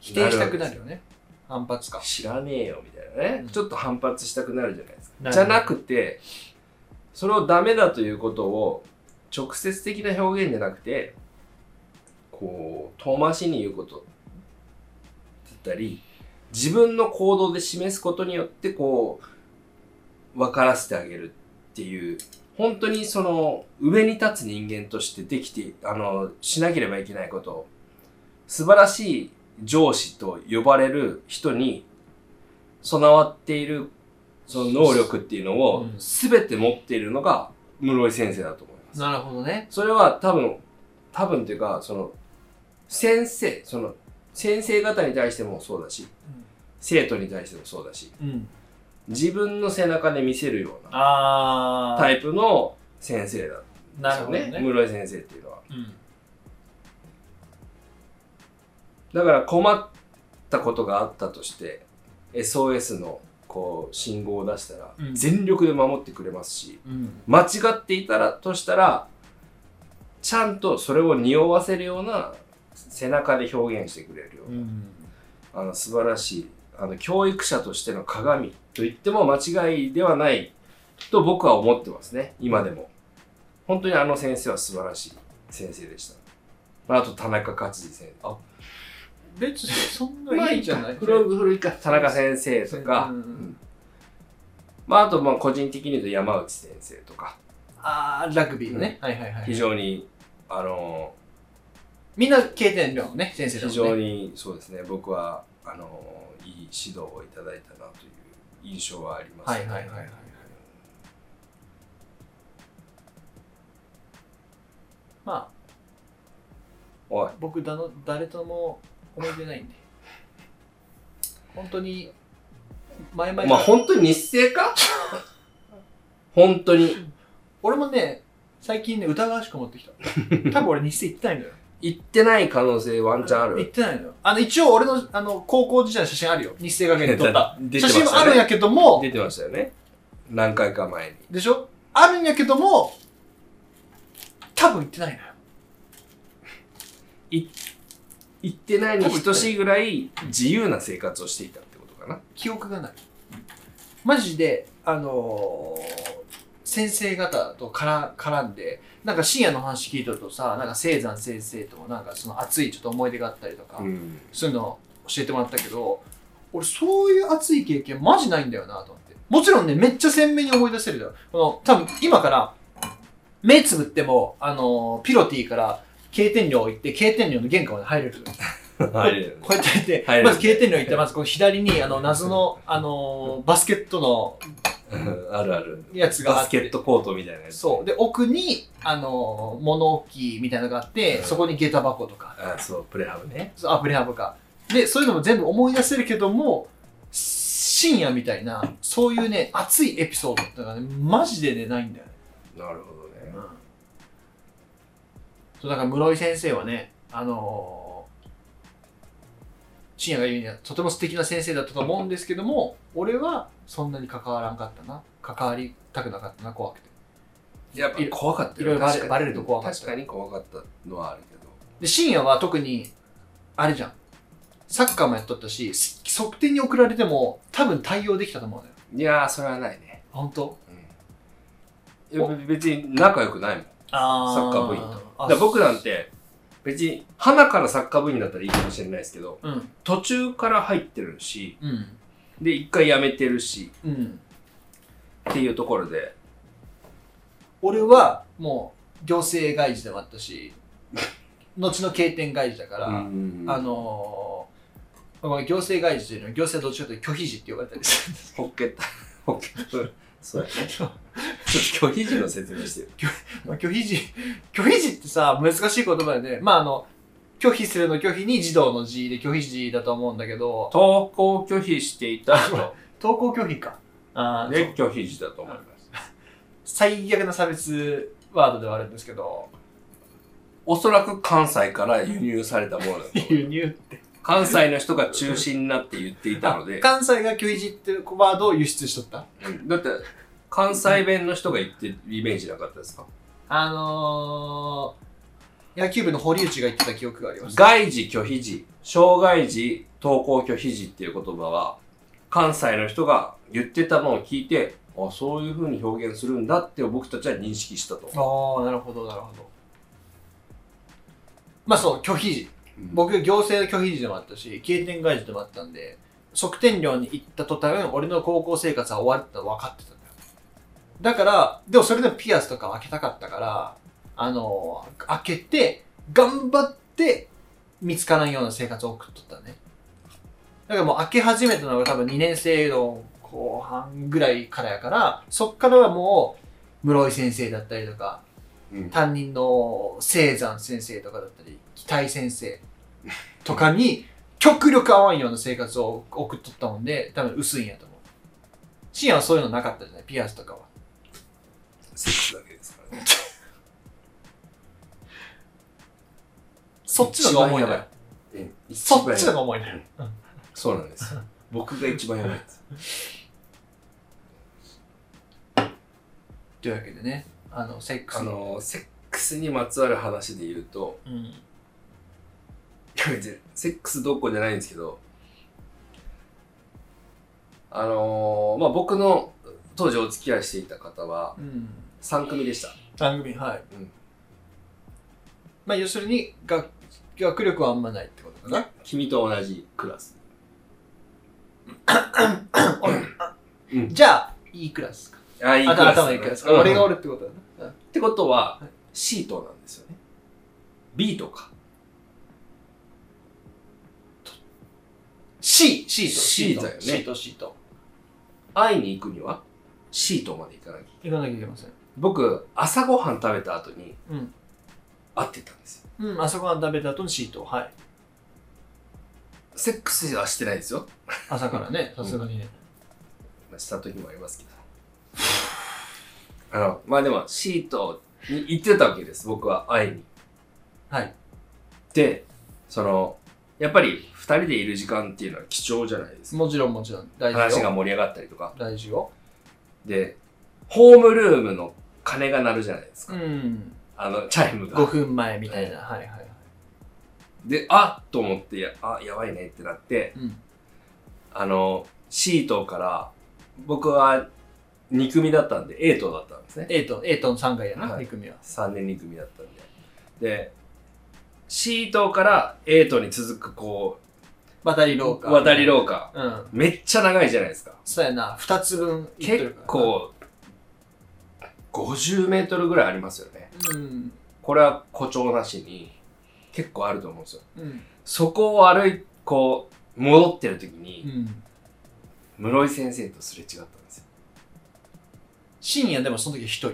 B: 否定したくなるよね反発か
A: 知らねえよみたいなね、
B: うん
A: ちょっと反発したくなるじゃないですか。
B: なる
A: じゃなくて、それをダメだということを直接的な表現じゃなくて、こう、遠回しに言うことだったり、自分の行動で示すことによってこう分からせてあげるっていう本当にその上に立つ人間としてできてあのしなければいけないこと素晴らしい上司と呼ばれる人に備わっているその能力っていうのを
B: うん
A: 全て持っているのが室井先生だと思います。
B: なるほどね。
A: それは多分、多分というか、その、先生、その、先生方に対してもそうだし、生徒に対してもそうだし、
B: うん。
A: 自分の背中で見せるような
B: あー。
A: タイプの先生だっ
B: な
A: た
B: る
A: よ
B: ほど
A: ね。
B: ね。
A: 室井先生っていうのは。
B: うん。
A: だから困ったことがあったとして、SOS のこう信号を出したら、
B: うん
A: 全力で守ってくれますし、
B: うん。
A: 間違っていたらとしたらちゃんとそれを匂わせるような背中で表現してくれるよう
B: う
A: な、
B: ん。
A: あの素晴らしいあの教育者としての鏡と言っても間違いではないと僕は思ってますね今でも本当にあの先生は素晴らしい先生でしたまああと田中克次先生あ
B: 別にそんないいじゃない
A: 古い古いか田中先生とか、
B: うん
A: うんまああとまあ個人的に言うと山内先生とか
B: あー、ラグビーのね。はいはいは
A: 非
B: い。
A: 常にあの
B: みんな経験量のね、先生だ
A: 非
B: もんね。
A: 常にそうですね僕はあのいい指導をいただいたなという印象はあります、
B: はいはいはいはいはいま
A: おい
B: あ、僕だの、誰とも思い出ないんで。本当に、前々から、
A: まあ本当に日生 か本当に
B: 俺もね、最近ね、疑わしく思ってきた。多分俺日生行ってないのよ。
A: 行ってない可能性ワンチャンあ
B: 行っ
A: る
B: てないのよ。あの、一応俺の、あの、高校時代の写真あるよ。日生学園で撮った。
A: 出て
B: 写
A: ま
B: 真
A: し
B: もあ
A: た
B: るん
A: ね
B: やけども、
A: 出てましたよね何回か前に
B: でしょあるんやけども、多分行ってないのよ。
A: 行ってないに等しいぐらい自由な生活をしていたってことかな
B: 記憶がないマジであのー先生方とから絡んでなんか深夜の話聞いとるとさなんか青山先生ともなんかその熱いちょっと思い出があったりと か、
A: ん
B: そういうの教えてもらったけど俺そういう熱い経験マジないんだよなと思ってもちろんねめっちゃ鮮明に思い出せるだろこの多分今から目つぶってもあのーピロティから経点量行って経点量の玄関まで入れる
A: 入れるよね
B: こうやってやって、
A: 入る
B: まず経点量行って、まずこの左に、あの、謎の、あのーバスケットの
A: うんあるある
B: やつがあ
A: バ
B: っ
A: スケ
B: て
A: ッ、トコートみたいなやつ
B: そう。で、奥に、あのー物置みたいなのがあって、そこに下駄箱とか、
A: あそうプレハブね
B: そうアプリハブか。で、そういうのも全部思い出せるけども、深夜みたいな、そういうね、熱いエピソードってのがね、マジでね、ないんだよね。
A: なるほどね
B: そうだから室井先生はね、あのー、深夜が言うにはとても素敵な先生だったと思うんですけども俺はそんなに関わらんかったな関わりたくなかったな怖くて
A: やっぱ怖かった
B: いろいろバレ
A: 確かに
B: バレると怖かった
A: 確かに怖かったのはあるけど
B: で深夜は特にあれじゃんサッカーもやっとったしす側転に送られても多分対応できたと思うのよ
A: いやー、それはないね。
B: 本当
A: いやべ別に仲良くないもん。
B: あ
A: サッカー部員とだ
B: あ
A: から僕なんて、別に、花からサッカー部員だったらいいかもしれないですけど、
B: うん
A: 途中から入ってるし、
B: うん
A: で、一回辞めてるし、
B: うん
A: っていうところで、
B: 俺はもう行政外事でもあった し後の経典外事だから、
A: うん
B: あのーまあ行政外事というのは行政はどっちかというと拒否児って呼ばれたりする
A: ほっけ た。ほっけた。そうやね。 ちょっと拒否時の説明してる。
B: まあ拒否児 拒否児ってさ難しい言葉でねまああの拒否するの拒否に児童の児で拒否児だと思うんだけど
A: 投稿拒否していた 人
B: 登校拒否かあーそ
A: で
B: う
A: 拒否時だと思います。
B: 最悪な差別ワードではあるんですけど
A: おそらく関西から輸入されたものだと思い ます
B: 輸入って
A: 関西の人が中心になって言っていたので、
B: 関西が拒否児っていうワードを輸出しとった
A: うんだって関西弁の人が言ってるイメージなかったですか
B: あのー、野球部の堀内が言ってた記憶がありました
A: 外事拒否時障害児登校拒否時っていう言葉は関西の人が言ってたのを聞いてあそういうふうに表現するんだって僕たちは認識したと、
B: ああなるほどなるほどまあそう拒否時
A: うん
B: 僕行政の拒否時でもあったし経典外時でもあったんで測定量に行った途端、俺の高校生活は終わったの分かってたんだよ。だから、でもそれでもピアスとか開けたかったから、あの、開けて、頑張って見つからんような生活を送っとったね。だからもう開け始めたのが多分2年生の後半ぐらいからやから、そっからはもう、室井先生だったりとか、
A: うん
B: 担任の青山先生とかだったり、北井先生とかに、極力合わんような生活を送っとったもんで、多分薄いんやと思う。深夜はそういうのなかったじゃないピアスとかは。
A: セックスだけですからね。
B: そっちのが重い
A: 一番
B: のよ
A: や。うん
B: そっち
A: 一
B: の
A: 番
B: が重いのよ。
A: そうなんです。僕が一番やばいです。
B: というわけでね、あの、セックス
A: あの、セックスにまつわる話で言うと、
B: うん。
A: いや別にセックスどうこうじゃないんですけど、あのーまあ、僕の当時お付き合いしていた方は
B: うん。
A: 3組でした。
B: 番組、はい。
A: うん
B: まあ、要するに、学、学力はあんまないってことかな。
A: 君と同じクラス。うん。
B: じゃあ、いいクラスか。
A: あ、いいクラスだ
B: 頭
A: ね、
B: いいクラスか。
A: うん
B: 俺がおるってことだな。うん
A: ってことは
B: はい、
A: シートなんですよね。B とか。
B: C、C と
A: C だよね
B: C と C と。
A: 会いに行くには、シートまで行かなきゃいけない。
B: 行かなきゃいけません。
A: 僕、朝ごはん食べた後に
B: うん。
A: 会ってたんですよ。
B: うん、あそこは食べた後のシート。はい。
A: セックスはしてないですよ。
B: 朝か らね、さすがにね。
A: まあした時もありますけど。あの、まあでも、シートに行ってたわけです、僕は会いに。
B: はい。
A: で、その、やっぱり二人でいる時間っていうのは貴重じゃないですか。
B: もちろんもちろん。大事
A: 話が
B: よ。
A: 盛り上がったりとか。
B: 大事よ。
A: で、ホームルームの鐘が鳴るじゃないですか。
B: うん。
A: あの、チャイム
B: 5
A: が。
B: 分前みたいな。はいはいはい。
A: で、あっと思って、やあ、やばいねってなって、
B: うん。
A: あの、シートから、僕は2組だったんで、A 棟だったんですね。
B: エイト、エイトの3階やな、
A: はい
B: 二組は。
A: 3年2組だったんで。で、C 棟から A 棟に続く、こ
B: 渡り廊
A: う、
B: 下。
A: 渡り廊下。
B: 下。うん。
A: めっちゃ長いじゃないですか。
B: そうやな、2つ分行っとる
A: 結
B: からな。
A: 構、50メートルぐらいありますよね。
B: うん。
A: これは誇張なしに、結構あると思うんですよ。
B: うん。
A: そこを歩い、こう、戻ってる時
B: う
A: に、
B: ん。
A: 室井先生とすれ違ったんですよ。
B: 深夜でもその時1人。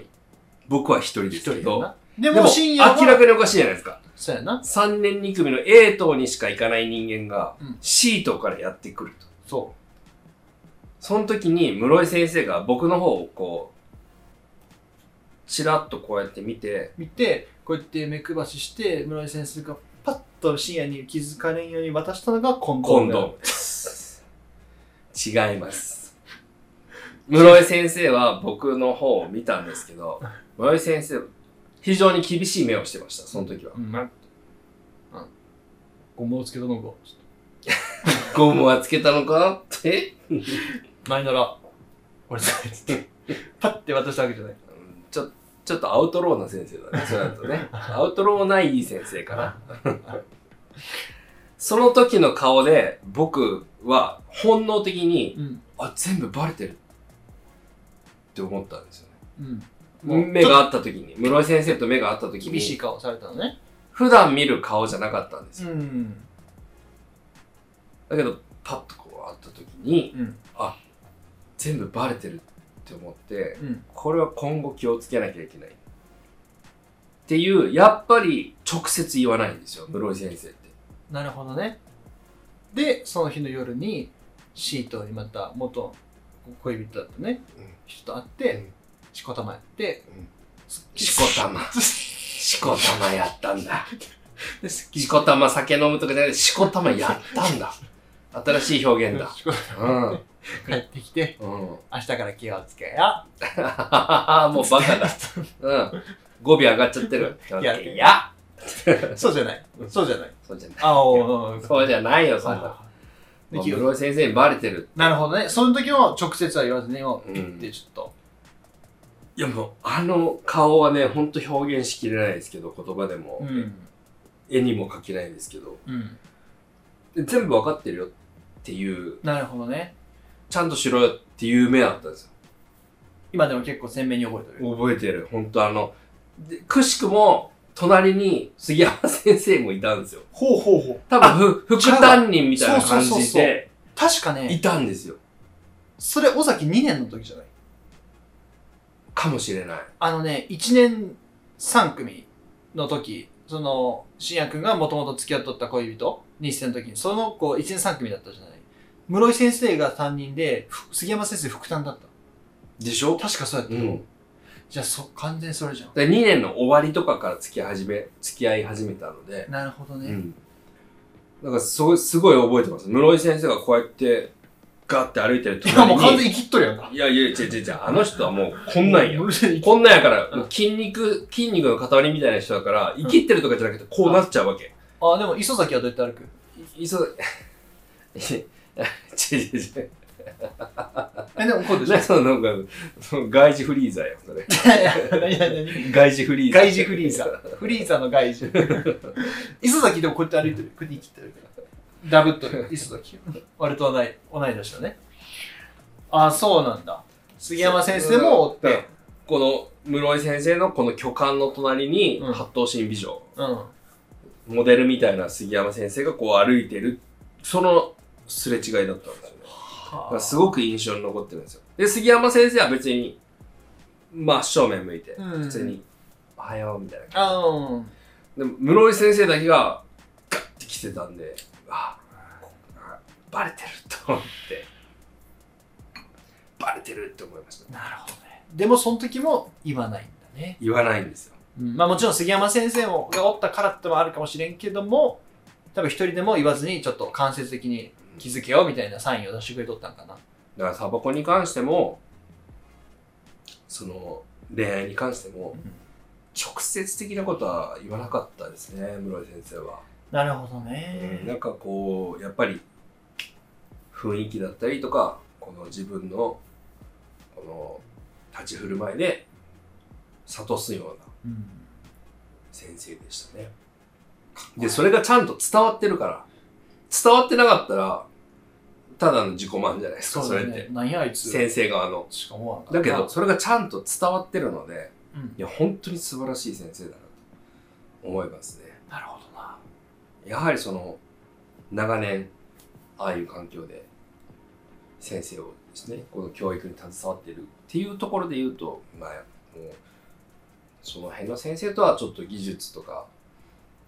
A: 僕は一人で
B: 一
A: す
B: 人
A: け
B: や
A: ど、
B: な。
A: で
B: でも
A: も
B: 深夜
A: 明ら
B: は、
A: かにおかしいじゃないですか。
B: そうやな。
A: 3年2組の A 棟にしか行かない人間が
B: うん、
A: C 棟からやってくると。
B: そ
A: その時に室井先生が僕の方をこう、ちらっとこうやって見て、
B: う。見て、こうやって目配しして、室井先生がパッと深夜に気づかれんように渡したのがコンドー
A: 今
B: ム。
A: 度。 違い ます。室井先生は僕の方を見たんですけど、室井先生、非常に厳しい目をしてました、その時は。
B: うん。うん。ゴムをつけたのか。
A: ゴムはつけたのかって、
B: ないなら、俺だっつって。パッて渡したわけじゃない。
A: うんちょ、ちょっとアウトローな先生だね、それだとね。アウトローないいい先生かな。 その時の顔で、僕は本能的に、
B: うん。
A: あ、全部バレてるって思ったんですよ
B: うん。
A: ね。目が合った時に、室井先生と目が合った時に、
B: 厳しい顔されたのね。
A: 普段見る顔じゃなかったんですよ。
B: ん。
A: だけど、パッとこう会った時に、
B: うん。
A: 全部バレてるって思って、
B: うん。
A: これは今後気をつけなきゃいけない。っていう、やっぱり直接言わないんですよ、室井先生って。
B: なるほどね。で、その日の夜に、シートにまた元恋人だったね、
A: うん
B: 人と会って、
A: うん
B: しこたまやって、
A: うん
B: すっきり
A: しこた ま。しこたまやったんだ。
B: ですっきり
A: しこたま酒飲むとかじゃなくて、しこたまやった んだ。新しい表現だ。
B: しこ
A: うん。 うん。
B: 帰ってきて、明日から気をつけよ。
A: もうバカだ。うん。語尾上がっちゃってる。
B: いや
A: いや
B: そうじゃない。そうじゃない。
A: そうじゃない。
B: あおう
A: そうじゃないよ、そんな。
B: あ
A: まあ
B: で
A: 室井先生にバレてる。
B: なるほどね。その時は直接は言わずに、もう
A: うん
B: ピッてちょっと。
A: いやもう、あの顔はね、ほんと表現しきれないですけど、言葉でも、
B: ん。
A: 絵にも描けないですけど、
B: うん。
A: で全部わかってるよってっていう、
B: なるほどね。
A: ちゃんとしろよっていう目だったんです
B: 今でも結構鮮明に覚えてる。
A: よ。覚えてる。本当あの、でくしくも、隣に杉山先生もいたんですよ。
B: ほうほうほう。
A: 多分ふ、副担任みたいな感
B: そうそう
A: じ
B: そう
A: で、
B: 確かね
A: い、たんですよ。
B: それ尾崎2年の時じゃない
A: かもしれない。
B: あのね、1年3組の時、その、信也くんがもともと付き合っとった恋人にしての時に、その子1年3組だったじゃない室井先生が担任で、ふ杉山先生副担だった。
A: でしょ
B: 確かそうやった
A: う
B: よ、
A: ん。
B: じゃあ、そ、完全にそれじゃ
A: で2年の終わりとかから付き始め、付き合い始めたので、
B: ん。なるほどね。
A: うん。だからすごい、すごい覚えてます。室井先生がこうやって、ガッて歩いてる
B: いや、
A: 隣
B: もう
A: に。
B: 完全に生きっとるやんか。
A: いやいや、違う違う違う。あの人はもうこんなんや
B: も。う室井
A: こんなんやから、もう筋肉、筋肉の塊みたいな人だから、生きってるとかじゃなくて、こうなっちゃうわけ。
B: あ、でも磯崎はどうやって歩く
A: いそ、違う違う違う。
B: え、でもこうでしょ
A: 何そのなんか、その外事フリーザーや、それ。
B: 何何何
A: 外事フリーザー。
B: 外事フリーザー。 フリーザーの外事。 磯崎でもこうやって歩いてる。国切ってるから。ダブっとる。磯崎。 割と同い、同い年だね。ああ、そうなんだ。杉山先生もおっ
A: うん
B: て。
A: この室井先生のこの巨漢の隣に、
B: うん
A: 八頭身美女、
B: うん。
A: モデルみたいな杉山先生がこう歩いてる、そのすれ違いだったんですよね。だからすごく印象に残ってるんですよ。で、杉山先生は別に、真正面向いて、
B: うん
A: 普通に、おはようみたいな。
B: あの
A: でも、室井先生だけが、ガッて来てたんで、あ、こあバレてると思って、バレてるって思いました。
B: なるほどね。でも、その時も言わないんだね。
A: 言わないんですよ。
B: まあ、もちろん杉山先生もがおったからってのもあるかもしれんけども、多分一人でも言わずに、ちょっと間接的に気づけよみたいなサインを出してくれとったんかな。
A: だから、タバコに関しても、その、恋愛に関しても、直接的なことは言わなかったですね、室井先生は。
B: なるほど
A: な
B: ね。
A: んかこうやっぱり雰囲気だったりとかこの自分のこの立ち振る舞いで諭すような
B: うん
A: 先生でしたねでそれがちゃんと伝わってるから伝わってなかったらただの自己満じゃないですかそ,、
B: だ
A: れって
B: 何やあいつ。
A: 先生側の
B: しか思わなかっ
A: だ
B: たな。
A: けどそれがちゃんと伝わってるので
B: うん
A: いや本当に素晴らしい先生だなと思いますね
B: なるほどな。
A: やはりその長年ああいう環境で先生をですねこの教育に携わっているっていうところで言うとまあもうその辺の先生とはちょっと技術とか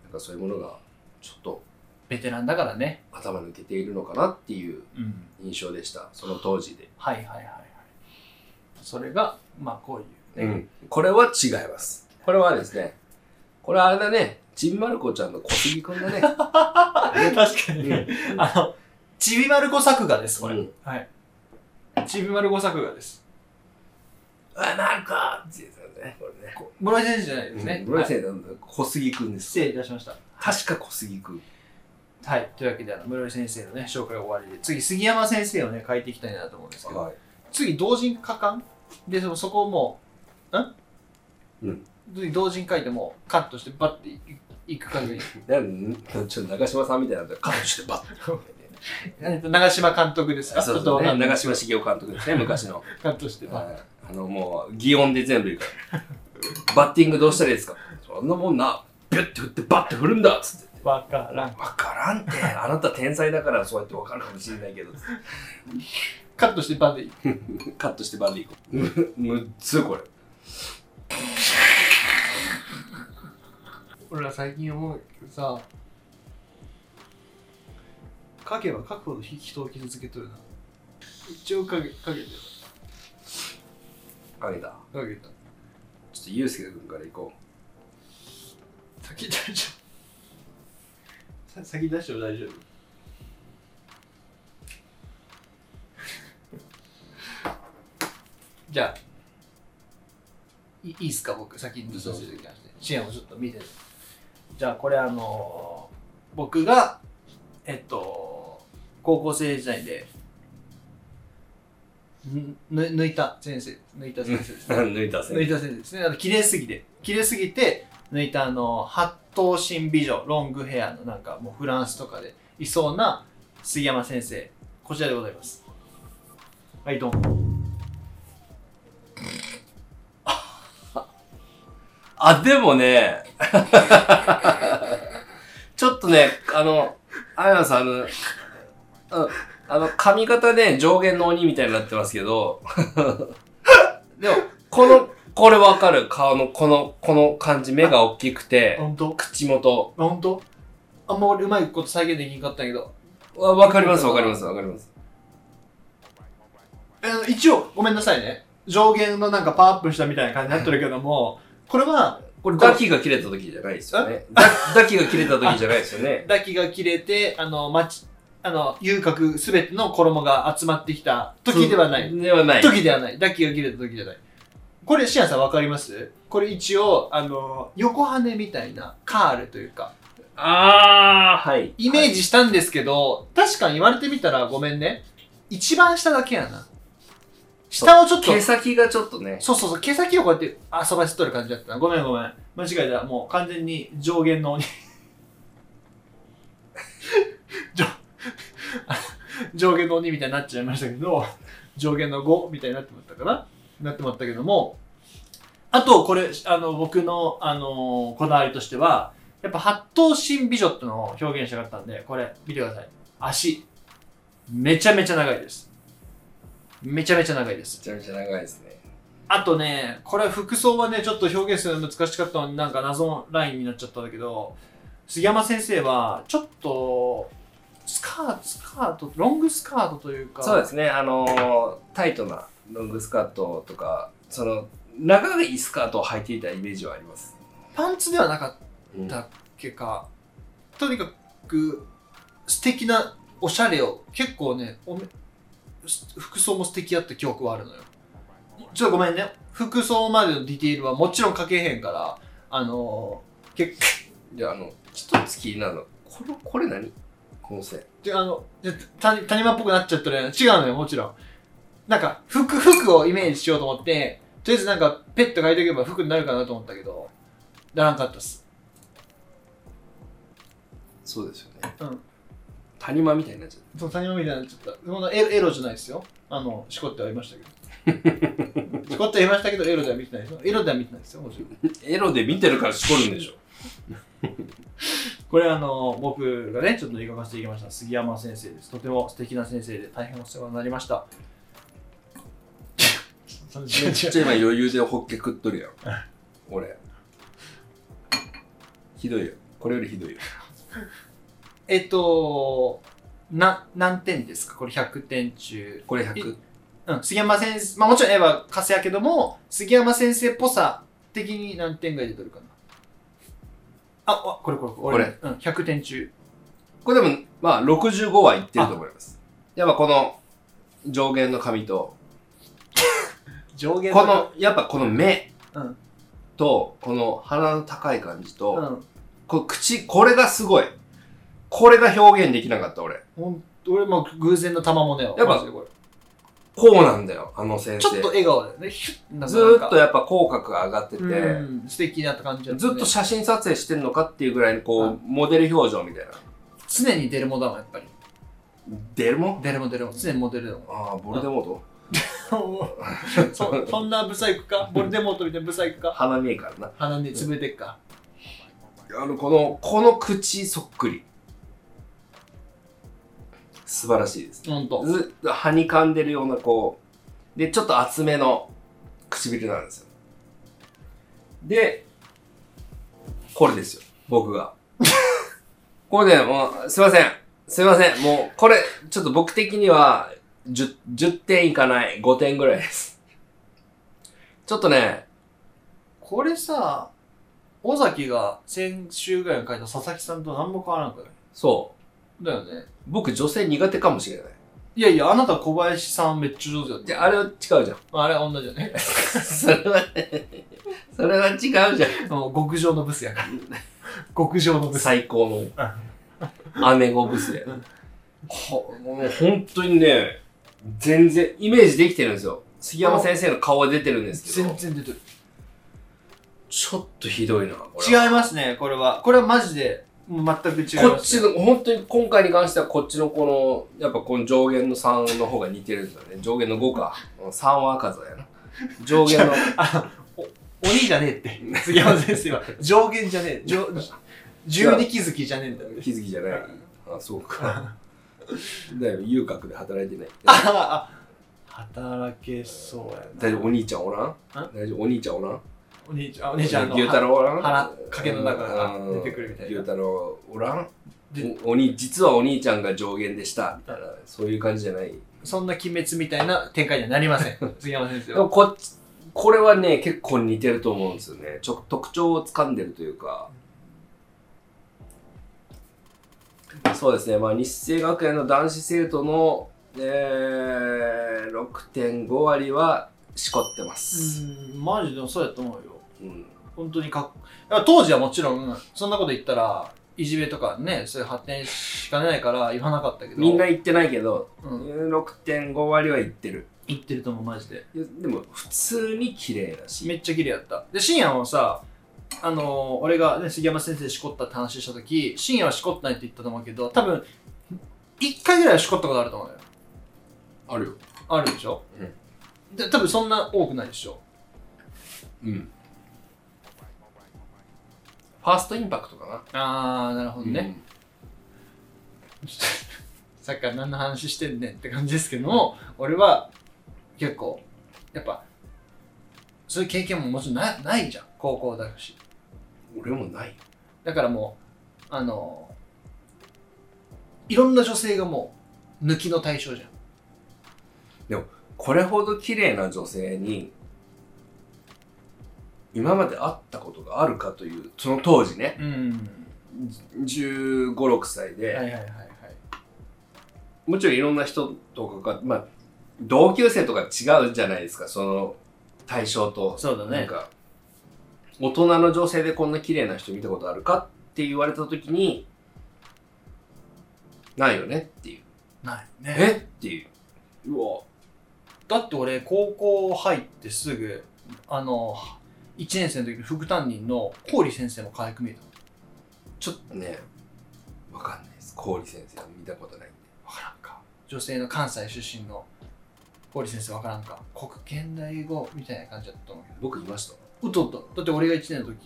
A: なんかそういうものがちょっと
B: ベテランだからね。
A: 頭抜けているのかなっていう
B: うん。
A: 印象でしたその当時で、
B: はいはいはいはい。それが、まあこういうね。
A: これは違いますこれはですねこれはあれだねちんまる子ちゃんの小杉くんだね、
B: 確か
A: う
B: に
A: ん
B: ね。あの、ちびまる子作画です、これ。
A: うん
B: はい。ちびまる子作画です。
A: あマルコって言ってたねこれね
B: こ室井先生じゃないですね。
A: 室井
B: はい
A: 先生なんだ、小杉くんです。
B: 失礼いたしました。
A: 確か小杉くん。
B: はい。というわけで、あの、室井先生のね、紹介が終わりで、次、杉山先生をね、変えていきたいなと思うんですけど、
A: い。
B: 次、同人化館で、そのそこをもう、ん
A: うん。
B: 次、同人書いてもう、カットして、バッていいく感じに。
A: なんちょっと長嶋さんみたいなんだよ。彼女でバッ
B: えっと長嶋監督ですか
A: と。そう
B: ちょっと
A: そう
B: わか
A: ね。
B: んない
A: 長嶋茂雄監督ですね、昔 の。
B: カットしてま
A: はいあの、もう、擬音で全部言うから。バッティングどうしたらいいですかそんなもんな、ビュッて振ってバッて振るんだっつって。
B: わからん。
A: わからんって。 あなた天才だからそうやってわかるかもしれないけど。
B: カットしてバンでいい。
A: カットしてバンでいこう。 むっつこれ。
B: 俺ら最近思うけどさ、書けば書くほど人を傷つけとるな。一応書け、書けて
A: あげた。
B: 書けた。
A: ちょっとユうスケ君から行こ
B: 先出しちゃう。さ先出しても大丈夫。 じゃあ、いいいっすか、僕、先に出させていただきまして。支援をちょっと見てて。じゃあ、これ、あのー僕が、えっと、高校生時代で、ぬぬ抜いた先生、抜いた先生です
A: う。
B: ね。
A: 抜いたせ
B: 抜いた先生ですね。あの、綺麗すぎて。綺麗すぎて、抜いたあの、八頭身美女、ロングヘアのなんかもうフランスとかでいそうな杉山先生こちらでございますはいどうも
A: あ、でもね、 ちょっとね、あの、あやなさん、あの、うんあの、髪型ね、上限の鬼みたいになってますけど、 でも、この、これわかる。顔の、この、この感じ、目が大きくて、
B: 本当
A: 口元。
B: あ本当あんま俺うまいこと再現できんかったんやけど
A: わわかります、わかります、わかります。
B: えー一応ごめんなさいね上限のなんかパワーアップしたみたいな感じになってるけどもこれは
A: これ、ダキが切れた時じゃないですよね。ダダキが切れた時じゃないですよね。
B: 抱きが切れてあのまちあの遊郭すべての衣が集まってきた時ではない
A: ではない。
B: 時ではない抱きが切れた時じゃないこれシアンさんわかりますこれ一応あの横羽みたいなカールというか
A: あー、はい。
B: イメージしたんですけど、確かに言われてみたらごめんね一番下だけやな下をちょっと
A: 毛先がちょっとね、
B: そうそうそう、毛先をこうやって遊ばせとる感じだったな。ごめんごめん。間違えた。もう完全に上限の鬼。 上、上限の鬼みたいになっちゃいましたけど、上限の5みたいになってもらったかななってもらったけども、あと、これ、あの、僕の、あのーこだわりとしては、やっぱ、八頭身美女ってのを表現したかったんで、これ、見てください。足。めちゃめちゃ長いです。めちゃめちゃ長いです
A: め。ちゃめちゃ長いですね。
B: あとね、これ服装はね、ちょっと表現するの難しかったのになんか謎のラインになっちゃったんだけど、杉山先生は、ちょっと、スカート、スカート、ロングスカートというか、
A: そうですね、あのータイトなロングスカートとか、その、長いスカートを履いていたイメージはあります。
B: パンツではなかっ
A: うん
B: たっけか、とにかく素敵なおしゃれを、結構ね、おめす服装も素敵やった記憶はあるのよ。ちょっとごめんね、服装までのディテールはもちろん書けへんから、あのー、結構、
A: じゃあ、あの、ちょっと好きなの。これ、これ何この線。
B: で、あの、でた谷間っぽくなっちゃったら違うのよ、もちろん。なんか、服、服をイメージしようと思って、とりあえずなんか、ペット書いておけば服になるかなと思ったけど、ならんかったっす。
A: そうですよね。
B: うん。
A: 谷間みたいになっちゃ
B: その谷間みたいになっちゃった。そんなエロエロじゃないですよ。あの、しこってはいましたけ ど。しこってはいましたけど、エロでは見てないですよ。エロでは見てないですよ、もちろん。
A: う。エロで見てるからしこるんでしょ。
B: これあの僕がねちょっと描かせていただきました杉山先生ですとても素敵な先生で大変お世話になりました違う
A: めっ ちゃ今余裕でホッケ食っとるやん。俺。ひどいよ。これよりひどいよ。
B: えっとな何点ですかこれ100点中、
A: これ100。
B: うん、杉山先生まあもちろん絵はカスやけども杉山先生っぽさ的に何点ぐらいで取るかなああこれこれこれうん、100点中
A: これでも、まあ、65はいってると思います。やっぱこの、上限の髪と、
B: 上限
A: この、やっぱこの目
B: うん
A: と、この鼻の高い感じと、
B: うん
A: この口、これがすごい。これが表現できなかった、俺。
B: ほん俺も偶然の賜物よ
A: やっぱ
B: マジでこれ
A: こうなんだよ、あの先生。
B: ちょっと笑顔だよねヒュッなんか
A: ずーっとやっぱ口角が上がってて、
B: うん、素敵な感じだた
A: ずっ
B: ね
A: と写真撮影してんのかっていうぐらいの、こう、
B: うん
A: モデル表情みたいな。
B: 常に出るもだもんやっぱり
A: 出るもん
B: 出るも出るも常にモデルだ もん
A: ああ、ボルデモート。
B: そそんなブサイクかボルデモートみたいなブサイクか
A: 鼻見えからな。
B: 鼻に潰れてっか
A: あの、この、この口そっくり。素晴らしいです。
B: ほんと
A: ずっとはにかんでるようなこうでちょっと厚めの唇なんですよでこれですよ僕が これねもうすいませんすいませんもうこれちょっと僕的には 10, 10点いかない5点ぐらいですちょっとね
B: これさ尾崎が先週ぐらいに書いた佐々木さんと何も変わらんくない
A: そう
B: だよね
A: 僕女性苦手かもしれない
B: いやいやあなた小林さんめっちゃ上手だっ
A: じ
B: た
A: ゃああれは違うじゃん
B: あれ女じゃね
A: それはねそれは違うじゃん
B: もう極上のブスや から極上のブス
A: 最高の姉御ブスで。こもう本当にね、全然イメージできてるんですよ。杉山先生の顔は出てるんですけ
B: 全
A: ど、
B: 然出てる
A: ちょっとひどいな、これ。
B: 違いますねこれはこれはマジでもう全く違いますね
A: こっちの、本当に今回に関してはこっちのこの、やっぱこの上限の3の方が似てるんだね。上限の5か。うん3は赤座やな。上限の。
B: あお鬼じゃねえって 杉山先生は上限じゃねえ上十二気づきじゃねえんだよ
A: 気づきじ ゃない。あ、そうか。だよ、遊郭で働い てない。
B: ああ働けそうやな
A: 大丈夫、お兄ちゃんおらん大丈夫、お兄ちゃんおらん
B: お兄ちゃんお兄ちゃんの
A: 牛太郎おらん
B: 腹かけの中から
A: うん
B: 出てくるみたい
A: 牛
B: な
A: 太郎おらん
B: で
A: おおに実はお兄ちゃんが上限でしたみたいなそういう感じじゃない
B: そんな鬼滅みたいな展開にはなりません 杉山先生
A: で
B: は
A: もこっちこれはね結構似てると思うんですよねちょ特徴をつかんでるというかそうですねまあ日清学園の男子生徒の、えー、6.5割はしこってます、
B: うんマジでそうやと思うよ
A: うん
B: 本当にかっいや当時はもちろんそんなこと言ったらいじめとかねそういう発展しかねないから言わなかったけど
A: みんな言ってないけど、
B: うん
A: 6.5割は言ってる
B: 言ってると思うマジで
A: いやでも普通に綺麗だし
B: めっちゃ綺麗やったで深夜もさあのー俺が、ね、杉山先生しこったって話した時深夜はしこってないって言ったと思うけど多分1回ぐらいはしこったことあると思うのよ
A: あるよ
B: あるでしょ、で多分そんな多くないでしょ
A: うんファーストインパクトか
B: ああなるほ
A: な
B: どね、、さっきから何の話してんねんって感じですけども俺は結構やっぱそういう経験ももちろんなないじゃん高校だし
A: うん俺もない
B: だからもうあのいろんな女性がもう抜きの対象じゃん
A: これほど綺麗な女性に今まで会ったことがあるかというその当時ね
B: うん。
A: 1 5 6歳で、
B: はいはいはいはい。
A: もちろんいろんな人とかがまあ同級生とか違うじゃないですかその対象と
B: そうだ
A: なん。か大人の女性でこんな綺麗な人見たことあるかって言われた時にないよねっていう
B: ないね。
A: えっていううわ
B: だって俺、高校入ってすぐ、あの、1年生の時に副担任の郡先生も可愛く見えた。
A: ちょっとねわかんないです氷先生は見たことないんで
B: わからんか。女性の関西出身の郡先生わからんか。国現代語みたいな感じだったと思うけ
A: 僕いました
B: ど。うとうと。だって俺が1年の時、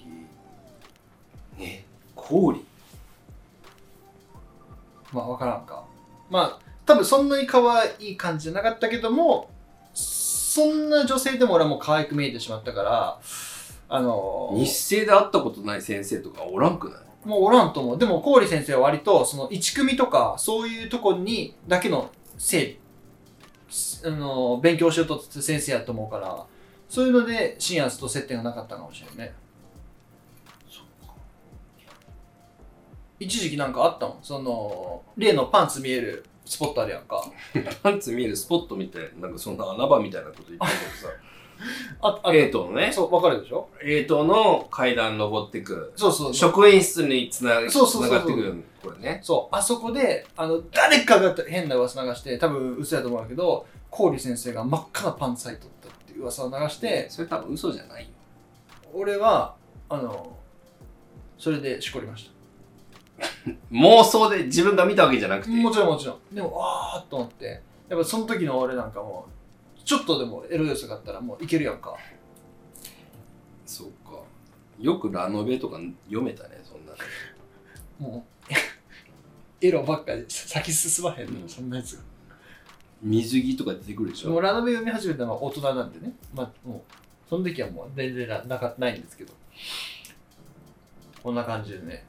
A: ね氷
B: まあわからんか。まあ、多分そんなに可愛い感じじゃなかったけども、そんな女性でも俺はもう可愛く見えてしまったから、あの
A: 日生で会ったことない先生とかおらんくない
B: もうおらんと思う。でも、郡先生は割と、その、1組とか、そういうとこに、だけの生理、あの、勉強しようとって先生やと思うから、そういうので、新安と接点がなかったかもしれないね。一時期なんかあったもん。その、例のパンツ見えるスポットあるやんか。
A: パンツ見えるスポットみたいななんかそんな穴場みたいなこと言ってるけどさ
B: あ、あ
A: 冷凍のね
B: そう、わかるでしょ
A: 冷凍の階段登ってく
B: そうそう。
A: 職員室につなが
B: そうそうそうそう
A: がってくるこれね
B: そう、あそこで、あの、誰かが変な噂流して、多分嘘やと思うんだけど、郡先生が真っ赤なパンツ履いとったっていう噂を流して、
A: それ多分嘘じゃないよ
B: 俺は、あの、それでしこりまし
A: 妄想で自分が見たわけじゃなく
B: た。
A: て
B: もちろんもちろん。でも、あーっと思って、やっぱその時の俺なんかもう、ちょっとでもエロ要素があったらもういけるやんか。
A: そうかよくラノベとか読めたねそんな
B: もう、エロばっかり先進まへんの、
A: うん
B: そんなやつが。
A: 水着とか出てくるでし
B: も
A: ょ
B: うラノベ読み始めたのは大人なんでね。まあ、もう、その時はもう全然ななかないんですけど。こんな感じでね。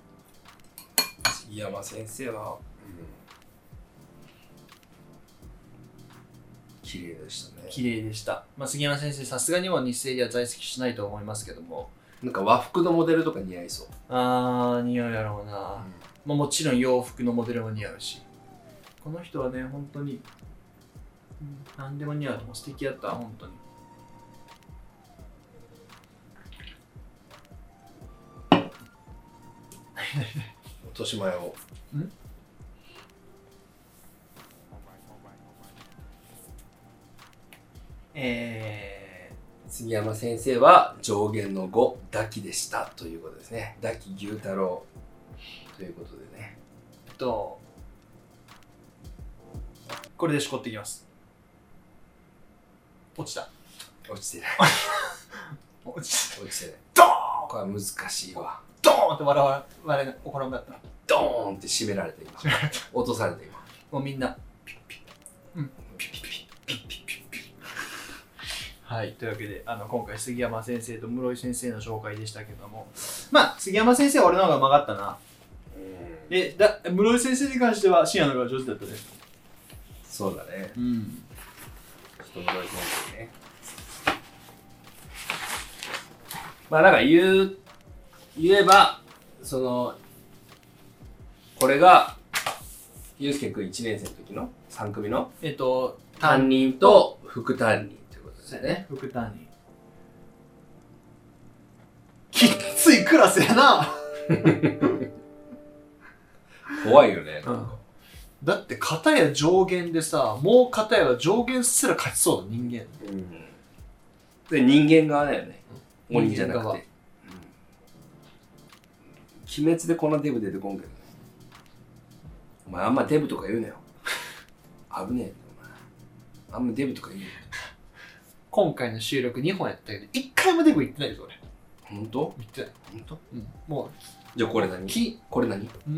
A: 杉山先生は、綺麗でしたね
B: 綺麗でした。まあ、杉山先生、さすがには日生では在籍しないと思いますけども。
A: なんか和服のモデルとか似合いそう、
B: あー、似合うやろうな。まあ、もちろん洋服のモデルも似合うし。この人はね、本当に、うん何でも似合う。もう素敵やった、本当に。
A: 落とし前を
B: んえ
A: 杉山先生は上限の5抱きでしたということですね抱き牛太郎
B: ー、
A: ということでね。
B: えっと、これでしこっていきます。落ちた。
A: 落ちてない。
B: 落ちた。
A: 落ちてない。
B: ドーン
A: これは難しいわ。
B: ドーンって笑われ、笑い怒らんかった。
A: ドーンって締められて今。 落とされて今。
B: もうみんな、ピッピッ。うん。
A: ピピピピピピピピ。
B: はい、というわけであの今回杉山先生と室井先生の紹介でしたけどもまあ杉山先生は俺の方がうまかったな
A: うん
B: えだ室井先生に関しては深夜の方が上手だったね
A: そうだね。
B: うん
A: ちょっと戻り込んでね。まあなんか言う、言えば、その、これが、ゆうすけくん1年生の時の3組の
B: えっと
A: 担任と副担任ということです
B: 任
A: ね。
B: 副担任きっついクラスやな
A: 怖いよね。
B: うんだって片や上限でさもう片や上限すら勝ちそうな人間
A: うんで人間側だよね。
B: うん
A: 鬼じゃなく
B: 人間側
A: て。うん鬼滅でこんなデブ出てこんけどね。お前あんまデブとか言うなよ。危ねえよ、お前。あんまデブとか言うなよ。
B: 今回の収録2本やったけど1回もデブ言ってないです俺
A: ほんと
B: 言ってない、
A: ほんと
B: うん、も
A: じゃあこれ
B: う
A: 何
B: き
A: これ何こ
B: こ
A: う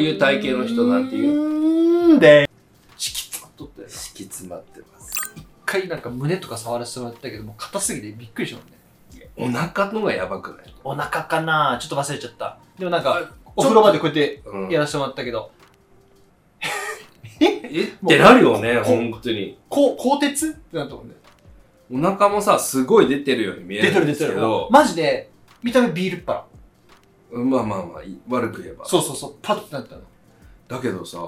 A: いう体型の人なんていう
B: うーんで敷き詰まっとったよな一
A: 敷き詰まってます。
B: 回なんか胸とか触らせてもらったけどもう硬すぎてびっくりしたもんね
A: お腹のがやばくない
B: お腹かなちょっと忘れちゃったでもなん
A: あ
B: かお風呂場でこうやって
A: うん
B: やらせてもらったけど
A: えってなるよね、
B: こ
A: ほんとに。
B: こう鋼鉄ってなったもんね
A: お腹もさ、すごい出てるように見え
B: 出て
A: るん
B: る
A: で
B: 出
A: す
B: て
A: け
B: る
A: ど、
B: マジで見た目ビールっ腹
A: うんまあまあまあ、い悪く言えば。
B: そうそうそうパッてなったの
A: だけどさ、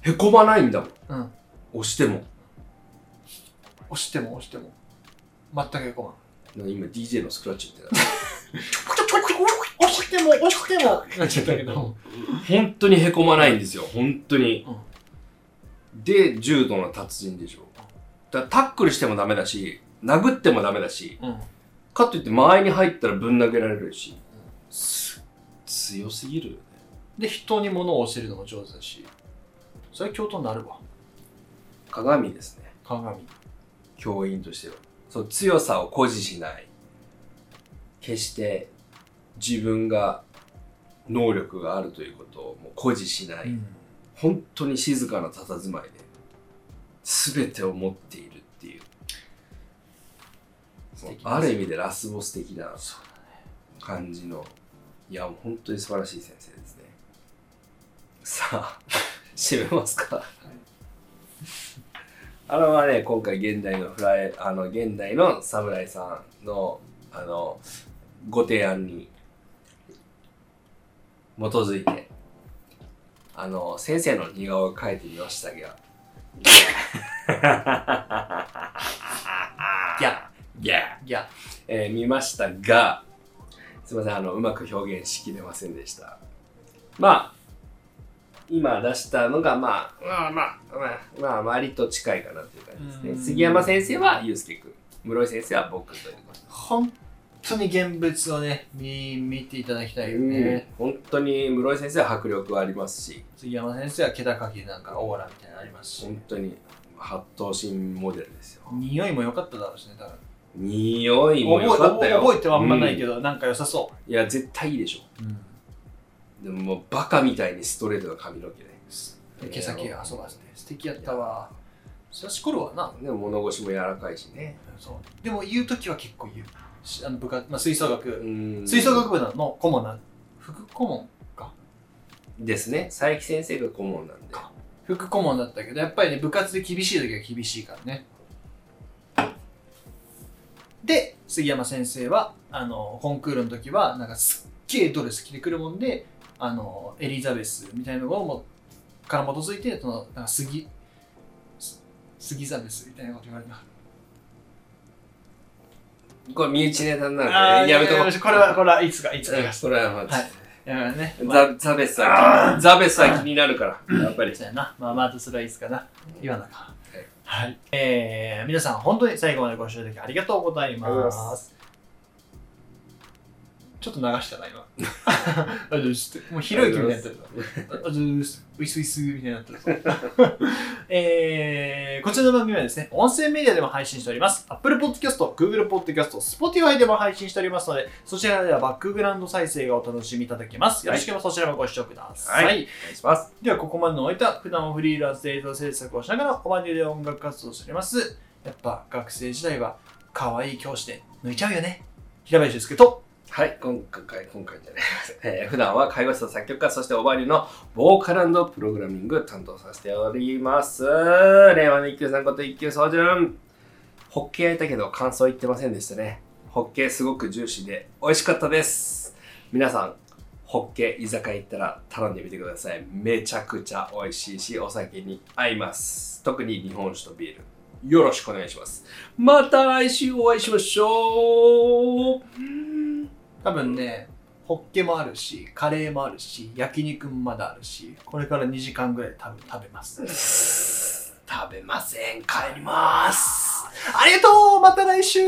A: へこまないんだもん。
B: うん
A: 押しても。
B: 押しても押しても全くへこまん
A: なんか今 DJ のスクラッチみたいな。
B: 押しても押してもなっちゃったけど
A: 本当にへこまないんですよ。本当に。
B: うん
A: で、柔道の達人でしょ。だからタックルしてもダメだし、殴ってもダメだし、
B: うん
A: かといって間合いに入ったらぶん投げられるし。す強すぎるよね。
B: で人に物を教えるのも上手だしそれは教頭になるわ
A: 鏡ですね。
B: 鏡
A: 教員としては。その強さを誇示しない。決して自分が能力があるということをもう誇示しない。
B: うん
A: 本当に静かな佇まいで全てを持っているっていう
B: 素敵です
A: ある意味でラスボス的な
B: そうだね
A: 感じのいやもう本当に素晴らしい先生ですね さあ締めますかあのまあね今回現代のフライあの現代の侍さんのあのご提案に基づいてあの先生の似顔絵を描いてみましたが
B: ギャ
A: いや
B: ギャ
A: えー見ましたがすいませんあのうまく表現しきれませんでしたまあ今出したのがまあまあまあまあまあ割と近いかなという感じです
B: う
A: ね
B: ん
A: 杉山先生は祐介君室井先生は僕ということで
B: 本当に現物をね見見ていただきたいよね、
A: 本当に室井先生は迫力ありますし
B: 杉山先生は気高きなんかオーラみたいなのありますし、
A: 本当に八頭身モデルですよ
B: 匂いも良かっただろうしね多分
A: 匂いも良
B: 覚
A: か
B: え
A: ったよ
B: 覚えてはあんまないけ
A: ど、
B: ど、なんか良さそ
A: うんいや絶対いいでしょ
B: う、うん
A: でももうバカみたいにストレートな髪の毛ね
B: で毛先が遊ばせて素敵やったわそれはしこるわな
A: でも物腰も柔らかいしね
B: そうでも言う時は結構言うしあの部活、まあ、吹奏楽吹
A: 吹
B: 奏楽部の顧問な副顧問
A: ですね佐伯先生が顧問なんで
B: か副顧問だったけどやっぱりね部活で厳しい時は厳しいからねで杉山先生はあのコンクールの時はなんかすっげえドレス着てくるもんであのエリザベスみたいなのをもうから基づいてそのなんか杉す杉ザベスみたいなこと言われた
A: これ身内ネタになる
B: あ
A: から
B: ー
A: ねやめとこ
B: や
A: う
B: これはこれはいつかいつか
A: う
B: や
A: んこれはま
B: はいめね
A: ずザザベスはザベスは気になるからやっぱり
B: そうやなまあまあそれはいつかな言わなか
A: い
B: はい、えー皆さん本当に最後までご視聴いただきありがとうござい
A: ありがとうご
B: ま
A: ざいます
B: ちょっと流したな、 今。あずーすって。もうひろゆきみたいになってる。あずーす。ウィスウィスみたいになってる。 えー、こちらの番組はですね、音声メディアでも配信しております。Apple Podcast、Google Podcast、Spotify でも配信しておりますので、そちらではバックグラウンド再生がお楽しみいただけます。よろしければそちらもご視聴ください。
A: はいお願いします。
B: では、ここまでのおいた、普段はフリーランスで映像制作をしながら、おばにで音楽活動をしております。やっぱ、学生時代は、可愛い教師で抜いちゃうよね。平林ですけど、
A: はい、今回、今回じゃない、 えー普段は介護士と作曲家、そしてオバリューのボーカルプログラミングを担当させております。令和の一級さんこと一級総順。ホッケー焼いたけど感想言ってませんでしたね。ホッケーすごくジューシーで美味しかったです。皆さん、ホッケー居酒屋行ったら頼んでみてください。めちゃくちゃ美味しいし、お酒に合います。特に日本酒とビール。よろしくお願いします。また来週お会いしましょう。
B: 多分ね、ホッケもあるし、カレーもあるし、焼肉もまだあるし、これから2時間ぐらい多分食べます。
A: 食べません帰ります
B: ありがとうまた来週